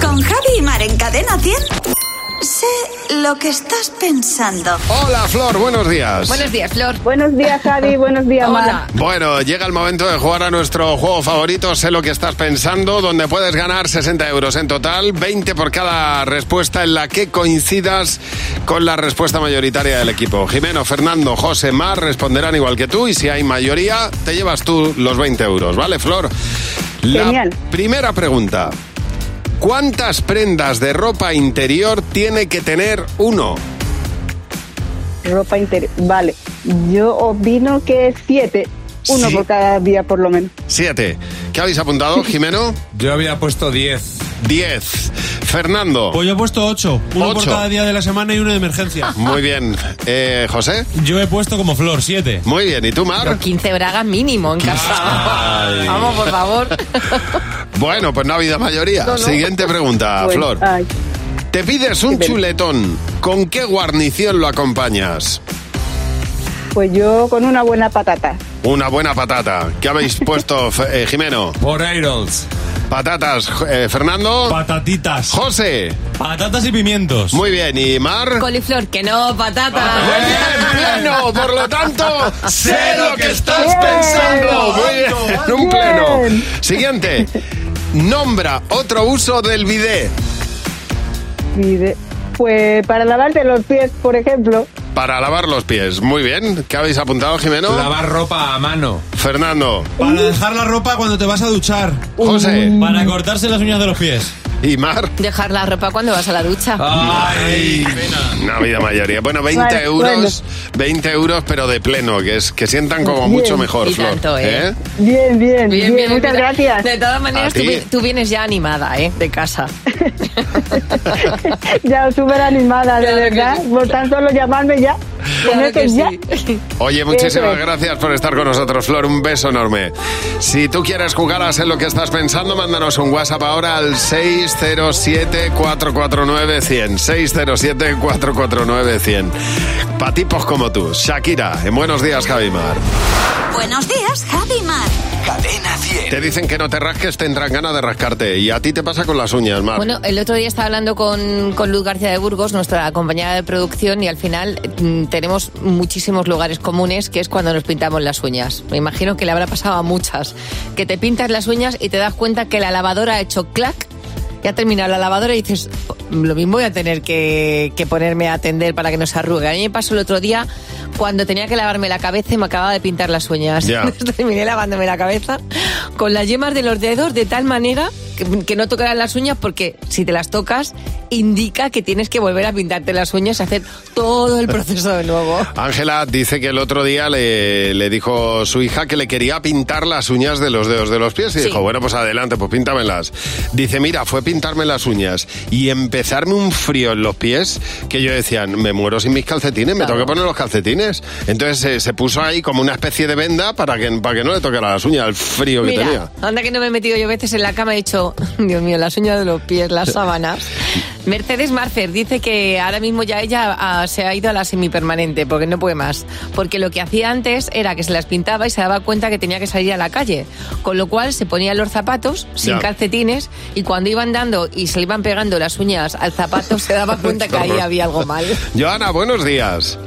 Speaker 1: Con Javi y Mar en Cadena 100. Sé lo que estás pensando.
Speaker 3: Hola, Flor, buenos días.
Speaker 4: días, Flor.
Speaker 14: Buenos días, Javi. Buenos días, Mar.
Speaker 3: Bueno, llega el momento de jugar a nuestro juego favorito, sé lo que estás pensando, donde puedes ganar 60 euros en total, 20 por cada respuesta en la que coincidas con la respuesta mayoritaria del equipo. Jimeno, Fernando, José, Mar responderán igual que tú y si hay mayoría, te llevas tú los 20 euros, ¿vale, Flor? La
Speaker 14: Genial.
Speaker 3: primera pregunta. ¿Cuántas prendas de ropa interior tiene que tener uno?
Speaker 14: Ropa interior. Vale. Yo opino que siete. Uno
Speaker 3: Sí.
Speaker 14: por cada día, por lo menos.
Speaker 3: Siete. ¿Qué habéis apuntado, Jimeno?
Speaker 20: Yo había puesto 10.
Speaker 3: 10. Fernando.
Speaker 16: Pues yo he puesto 8. Uno por
Speaker 3: Ocho.
Speaker 16: cada día de la semana y uno de emergencia.
Speaker 3: Muy bien. Eh, José.
Speaker 16: Yo he puesto como flor 7.
Speaker 3: Muy bien. ¿Y tú, Mar?
Speaker 4: Con 15 bragas mínimo en casa.
Speaker 3: Ay.
Speaker 4: Vamos, por favor.
Speaker 3: Bueno, pues no ha habido mayoría.
Speaker 4: No, no.
Speaker 3: Siguiente pregunta,
Speaker 4: Bueno,
Speaker 3: Flor.
Speaker 14: Pues, ay.
Speaker 3: Te pides un chuletón. ¿Con qué guarnición lo acompañas?
Speaker 14: Pues yo con una buena patata.
Speaker 3: Una buena patata. ¿Qué habéis puesto, F- eh, Jimeno?
Speaker 20: Potatoes.
Speaker 3: Patatas. J- eh, Fernando.
Speaker 16: Patatitas.
Speaker 3: José.
Speaker 16: Patatas y pimientos.
Speaker 3: Muy bien. ¿Y Mar?
Speaker 4: Coliflor, que no,
Speaker 3: Ah,
Speaker 4: patata.
Speaker 3: pleno, por lo tanto, sé lo que estás
Speaker 4: Bien.
Speaker 3: pensando. Muy bien, en un pleno. Siguiente. Nombra otro uso del bidet.
Speaker 14: Y de- pues para lavarte los pies, por ejemplo.
Speaker 3: Para lavar los pies. Muy bien. ¿Qué habéis apuntado, Jimeno?
Speaker 20: Lavar ropa a mano.
Speaker 3: Fernando.
Speaker 16: Para dejar la ropa cuando te vas a duchar.
Speaker 3: José.
Speaker 16: Para cortarse las uñas de los pies.
Speaker 3: Y Mar.
Speaker 4: Dejar la ropa cuando vas a la ducha.
Speaker 3: Ah,
Speaker 16: Ay,
Speaker 3: No ha habido mayoría. Bueno, 20
Speaker 4: Vale,
Speaker 3: euros. 20 euros, pero de pleno, que es que sientan como
Speaker 4: Pues Bien.
Speaker 3: mucho mejor,
Speaker 4: Y
Speaker 3: Flor.
Speaker 4: tanto, ¿eh?
Speaker 14: Bien, bien, bien.
Speaker 4: Bien, bien,
Speaker 14: muchas
Speaker 4: bien.
Speaker 14: gracias.
Speaker 4: De todas maneras,
Speaker 3: A
Speaker 4: tú,
Speaker 3: ti.
Speaker 4: vi- tú vienes ya animada, ¿eh? De casa.
Speaker 14: ya súper animada, de verdad. Por tan solo llamarme ya. Ponete ya.
Speaker 3: Oye,
Speaker 14: Eso
Speaker 3: muchísimas
Speaker 14: es.
Speaker 3: gracias por estar con nosotros, Flor. Un beso enorme. Si tú quieres jugar a Sé lo que estás pensando, mándanos un WhatsApp ahora al 607-449-100. 607-449-100. Para tipos como tú, Shakira, en Buenos Días, Javimar.
Speaker 1: Buenos días, Javi Mar. Cadena 100.
Speaker 3: Te dicen que no te rasques, tendrán ganas de rascarte. Y a ti te pasa con las uñas, Mar.
Speaker 4: Bueno, el otro día estaba hablando con, con Luz García de Burgos, nuestra compañera de producción, y al final mm, tenemos muchísimos lugares comunes, que es cuando nos pintamos las uñas. Me imagino que le habrá pasado a muchas, que te pintas las uñas y te das cuenta que la lavadora ha hecho clac, ya ha terminado la lavadora y dices, lo mismo voy a tener que, que ponerme a atender para que no se arrugue. A mí me pasó el otro día cuando tenía que lavarme la cabeza y me acababa de pintar las uñas.
Speaker 15: Ya.
Speaker 4: Terminé lavándome la cabeza con las yemas de los dedos de tal manera que, que no tocaran las uñas porque si te las tocas indica que tienes que volver a pintarte las uñas y hacer todo el proceso de nuevo.
Speaker 3: Ángela dice que el otro día le, le dijo su hija que le quería pintar las uñas de los dedos de los pies y dijo, bueno, pues adelante, pues píntamelas. Dice, mira, fue pintarme las uñas y empezarme un frío en los pies que yo decía, me muero sin mis calcetines, me tengo que poner los calcetines. Entonces eh, se puso ahí como una especie de venda para que, para que no le tocara las uñas, el frío que tenía.
Speaker 4: Mira, anda que no me he metido yo veces en la cama y he dicho, "Mm, Dios mío, las uñas de los pies, las sábanas. Mercedes Marcer dice que ahora mismo ya ella ah, se ha ido a la semipermanente porque no puede más. Porque lo que hacía antes era que se las pintaba y se daba cuenta que tenía que salir a la calle. Con lo cual se ponía los zapatos sin
Speaker 3: Ya.
Speaker 4: calcetines y cuando iba andando y se le iban pegando las uñas al zapato se daba cuenta que ahí había algo mal.
Speaker 3: Joana, buenos días.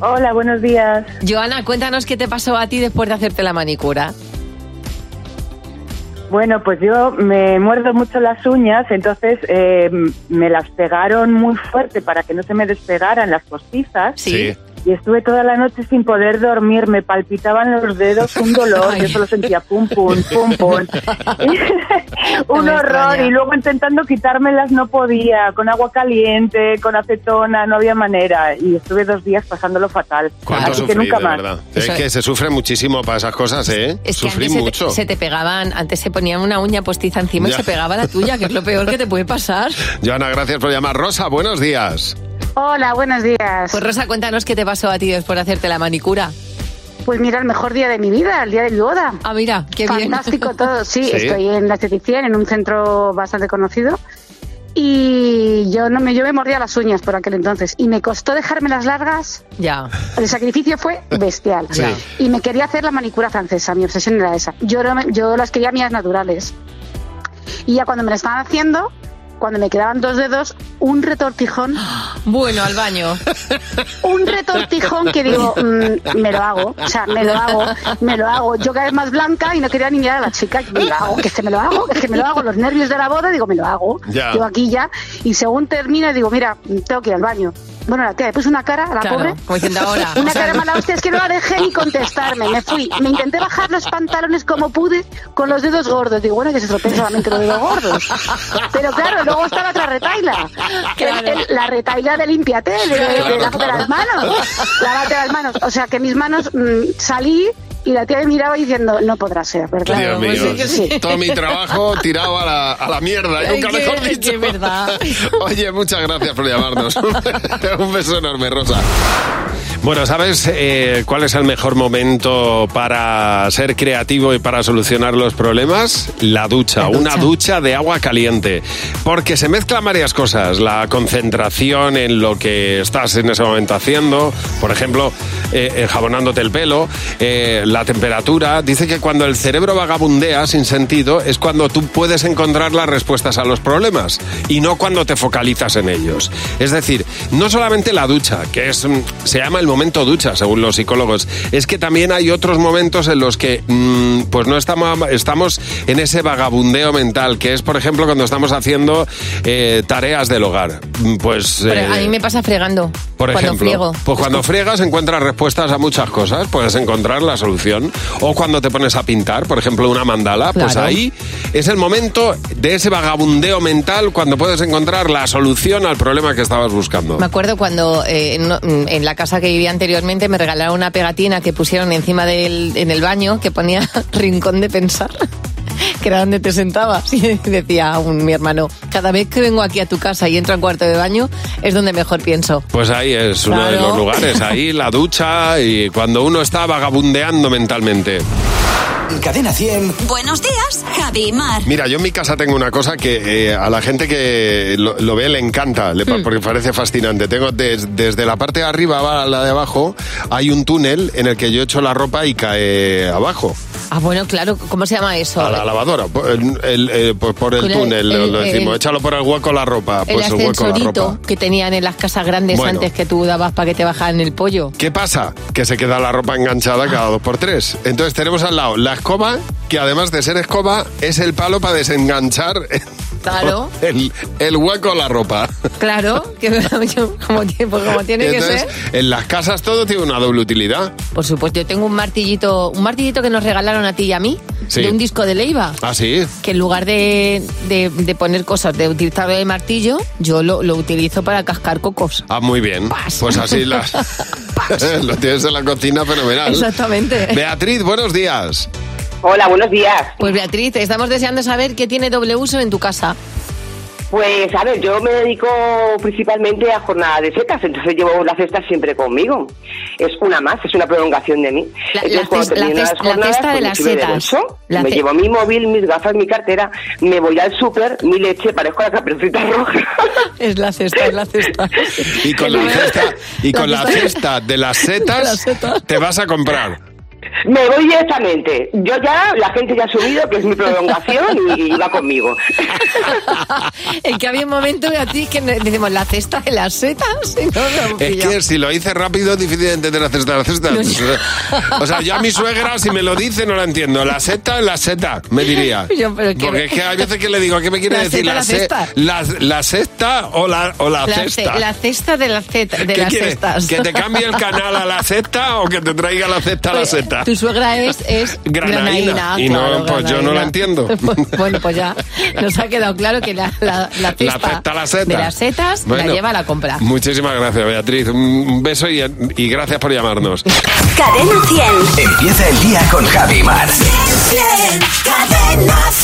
Speaker 4: Hola, buenos días. Joana, cuéntanos qué te pasó a ti después de hacerte la manicura.
Speaker 11: Bueno, pues yo me muerdo mucho las uñas, entonces eh, m- me las pegaron muy fuerte para que no se me despegaran las postizas.
Speaker 3: Sí.
Speaker 11: Y estuve toda la noche sin poder dormir, me palpitaban los dedos, un dolor, yo solo sentía pum, pum, pum, pum. un horror, y luego intentando quitármelas no podía, con agua caliente, con acetona, no había manera. Y estuve dos días pasándolo fatal.
Speaker 3: ¿Cuánto
Speaker 11: Así
Speaker 3: sufrí,
Speaker 11: que nunca
Speaker 3: de
Speaker 11: más.
Speaker 3: verdad? Es que se sufre muchísimo para esas cosas, ¿eh?
Speaker 4: Es
Speaker 3: Sufrí
Speaker 4: que antes se te-
Speaker 3: mucho.
Speaker 4: Se, te pegaban, antes se ponían una uña postiza encima
Speaker 3: Ya.
Speaker 4: y se pegaba la tuya, que es lo peor que te puede pasar.
Speaker 3: Joana, gracias por llamar. Rosa, buenos días.
Speaker 15: Hola, buenos días.
Speaker 4: Pues Rosa, cuéntanos qué te pasó a ti después de hacerte la manicura.
Speaker 15: Pues mira, el mejor día de mi vida, el día de mi boda.
Speaker 4: Ah, mira, qué
Speaker 15: bien. Fantástico todo, sí,
Speaker 4: Sí.
Speaker 15: Estoy en la esteticien, en un centro bastante conocido. Y yo no me, yo me mordía las uñas por aquel entonces. Y me costó dejármelas largas.
Speaker 4: Ya.
Speaker 15: El sacrificio fue bestial.
Speaker 4: Sí.
Speaker 15: Y me quería hacer la manicura francesa, mi obsesión era esa. Yo, no me- yo las quería mías naturales. Y ya cuando me la estaban haciendo, cuando me quedaban dos dedos, un retortijón.
Speaker 4: Bueno, al baño.
Speaker 15: un retortijón que digo, mm, me lo hago, o sea, me lo hago, me lo hago. Yo cada vez más blanca y no quería ni mirar a la chica, me lo hago, que es que me lo hago, que es que me lo hago. Los nervios de la boda, digo, me lo hago. Ya. Digo, aquí ya. Y según termina, digo, mira, tengo que ir al baño. Bueno, la tía le puse una cara a la
Speaker 4: Claro,
Speaker 15: pobre.
Speaker 4: como diciendo ahora, o
Speaker 15: Una
Speaker 4: sea,
Speaker 15: cara mala hostia, es que no la dejé ni contestarme. Me fui. Me intenté bajar los pantalones como pude con los dedos gordos. Digo, bueno, que se estropeen solamente los dedos gordos. Pero claro, luego estaba otra retaila. que
Speaker 17: Claro.
Speaker 15: el- la retaila de limpiate, de, de- de-
Speaker 17: Claro,
Speaker 15: lávate
Speaker 17: claro.
Speaker 15: las manos. Lávate las manos. O sea, que mis manos mm, salí y la tía me miraba diciendo, no podrá ser, ¿verdad?
Speaker 3: Dios mío,
Speaker 15: pues Sí.
Speaker 3: Pues todo mi trabajo tirado a la, a la mierda,
Speaker 15: Ay,
Speaker 3: nunca
Speaker 15: qué-
Speaker 3: mejor
Speaker 15: qué
Speaker 3: dicho.
Speaker 15: verdad.
Speaker 3: Oye, muchas gracias por llamarnos. Un beso enorme, Rosa. Bueno, ¿sabes eh, cuál es el mejor momento para ser creativo y para solucionar los problemas? La ducha, una ducha de agua caliente. Porque se mezclan varias cosas. La concentración en lo que estás en ese momento haciendo, por ejemplo, eh, enjabonándote el pelo, eh, la temperatura. Dice que cuando el cerebro vagabundea sin sentido es cuando tú puedes encontrar las respuestas a los problemas y no cuando te focalizas en ellos. Es decir, no solamente la ducha, que es mm, se llama el momento ducha, según los psicólogos, es que también hay otros momentos en los que mm, pues no estamos estamos en ese vagabundeo mental, que es por ejemplo cuando estamos haciendo eh, tareas del hogar. Mm, Pues eh,
Speaker 4: Pero a mí me pasa fregando.
Speaker 3: por
Speaker 4: cuando
Speaker 3: ejemplo,
Speaker 4: friego.
Speaker 3: pues cuando friegas encuentras respuestas a muchas cosas, puedes encontrar la solución. O cuando te pones a pintar, por ejemplo, una mandala, pues
Speaker 4: Claro.
Speaker 3: ahí es el momento de ese vagabundeo mental cuando puedes encontrar la solución al problema que estabas buscando.
Speaker 4: Me acuerdo cuando eh, en, mm, en la casa que vivía anteriormente me regalaron una pegatina que pusieron encima del en el baño que ponía rincón de pensar, que era donde te sentabas. Y decía un, mi hermano, cada vez que vengo aquí a tu casa y entro al cuarto de baño es donde mejor pienso.
Speaker 3: Pues ahí es uno de
Speaker 4: Claro.
Speaker 3: los lugares, ahí la ducha y cuando uno está vagabundeando mentalmente.
Speaker 2: Cadena 100.
Speaker 1: Buenos días, Javi y Mar.
Speaker 3: Mira, yo en mi casa tengo una cosa que eh, a la gente que lo, lo ve le encanta, le pa-
Speaker 4: Mm.
Speaker 3: porque parece fascinante. Tengo des- desde la parte de arriba a la de abajo, hay un túnel en el que yo echo la ropa y cae abajo.
Speaker 4: Ah, bueno, claro, ¿cómo se llama eso?
Speaker 3: A la lavadora, por el, el- eh, por- por el
Speaker 4: Con el-
Speaker 3: túnel, lo-
Speaker 4: el-
Speaker 3: lo decimos.
Speaker 4: el-
Speaker 3: Échalo por el hueco la ropa.
Speaker 4: el
Speaker 3: Pues el hueco la ropa.
Speaker 4: ascensorito que tenían en las casas grandes
Speaker 3: Bueno.
Speaker 4: antes que tú dabas para que te bajaran el pollo.
Speaker 3: ¿Qué pasa? Que se queda la ropa enganchada cada dos por tres. Entonces tenemos al lado la escoba, que además de ser escoba, es el palo para desenganchar
Speaker 4: Claro.
Speaker 3: El, el hueco a la ropa.
Speaker 4: Claro, que yo, como, tie- pues como tiene que
Speaker 3: Entonces,
Speaker 4: ser.
Speaker 3: en las casas todo tiene una doble utilidad.
Speaker 4: Por supuesto, yo tengo un martillito, un martillito que nos regalaron a ti y a mí,
Speaker 3: Sí.
Speaker 4: de un disco de Leiva.
Speaker 3: Ah, sí.
Speaker 4: que en lugar de, de- de poner cosas, de utilizar el martillo, yo lo, lo utilizo para cascar cocos.
Speaker 3: Ah, muy bien. Pues así las. lo tienes en la cocina fenomenal.
Speaker 4: Exactamente.
Speaker 3: Beatriz, buenos días.
Speaker 17: Hola, buenos días.
Speaker 4: Pues Beatriz, te estamos deseando saber qué tiene doble uso en tu casa.
Speaker 17: Pues a ver, yo me dedico principalmente a jornada de setas, entonces llevo la cesta siempre conmigo. Es una más, es una prolongación de mí.
Speaker 4: La-
Speaker 17: Entonces,
Speaker 4: la cesta- la
Speaker 17: cuando termino las
Speaker 4: cesta- la
Speaker 17: jornadas,
Speaker 4: cesta de
Speaker 17: pues, me
Speaker 4: las
Speaker 17: sirve
Speaker 4: setas.
Speaker 17: bolso,
Speaker 4: La
Speaker 17: me
Speaker 4: ce-
Speaker 17: llevo mi móvil, mis gafas, mi cartera, me voy al súper, mi leche, parezco la capricita roja.
Speaker 4: Es la cesta, es la cesta.
Speaker 3: Y con la cesta, y
Speaker 17: La
Speaker 3: con la
Speaker 17: cesta-
Speaker 3: cesta de las
Speaker 17: de
Speaker 3: setas
Speaker 17: las
Speaker 3: te vas a comprar.
Speaker 17: Me voy directamente. Yo ya, la gente ya ha subido que es mi prolongación y, y va conmigo.
Speaker 4: El que había un momento, Beatriz, que nos- decimos la cesta de las setas. y no lo hemos
Speaker 3: Es
Speaker 4: pillado.
Speaker 3: que si lo hice rápido es difícil de entender la cesta de las setas. O sea, yo a mi suegra si me lo dice no la entiendo. La seta es la seta, me diría.
Speaker 4: Yo, pero es que-
Speaker 3: Porque es que hay veces que le digo, ¿qué me quiere
Speaker 4: La
Speaker 3: decir?
Speaker 4: seta, la
Speaker 3: se-
Speaker 4: cesta.
Speaker 3: La, la cesta o la, o la,
Speaker 4: La,
Speaker 3: cesta.
Speaker 4: ce- la cesta de, la ceta, de
Speaker 3: ¿Qué
Speaker 4: las
Speaker 3: quieres?
Speaker 4: cestas.
Speaker 3: ¿Que te cambie el canal a la cesta o que te traiga la cesta a la seta?
Speaker 4: Pues, Tu suegra es, es
Speaker 3: Granaína.
Speaker 4: granaína,
Speaker 3: Y no,
Speaker 4: claro,
Speaker 3: pues yo no la
Speaker 4: granaína.
Speaker 3: entiendo.
Speaker 4: bueno, pues ya nos ha quedado claro que la, la, la
Speaker 3: La
Speaker 4: cesta,
Speaker 3: cesta, la seta.
Speaker 4: de las setas
Speaker 3: Bueno.
Speaker 4: la lleva a la compra.
Speaker 3: Muchísimas gracias, Beatriz. Un- Un beso y, y gracias por llamarnos.
Speaker 1: Cadena 100.
Speaker 2: Empieza el día con Javi Mar.
Speaker 1: Cadena 100.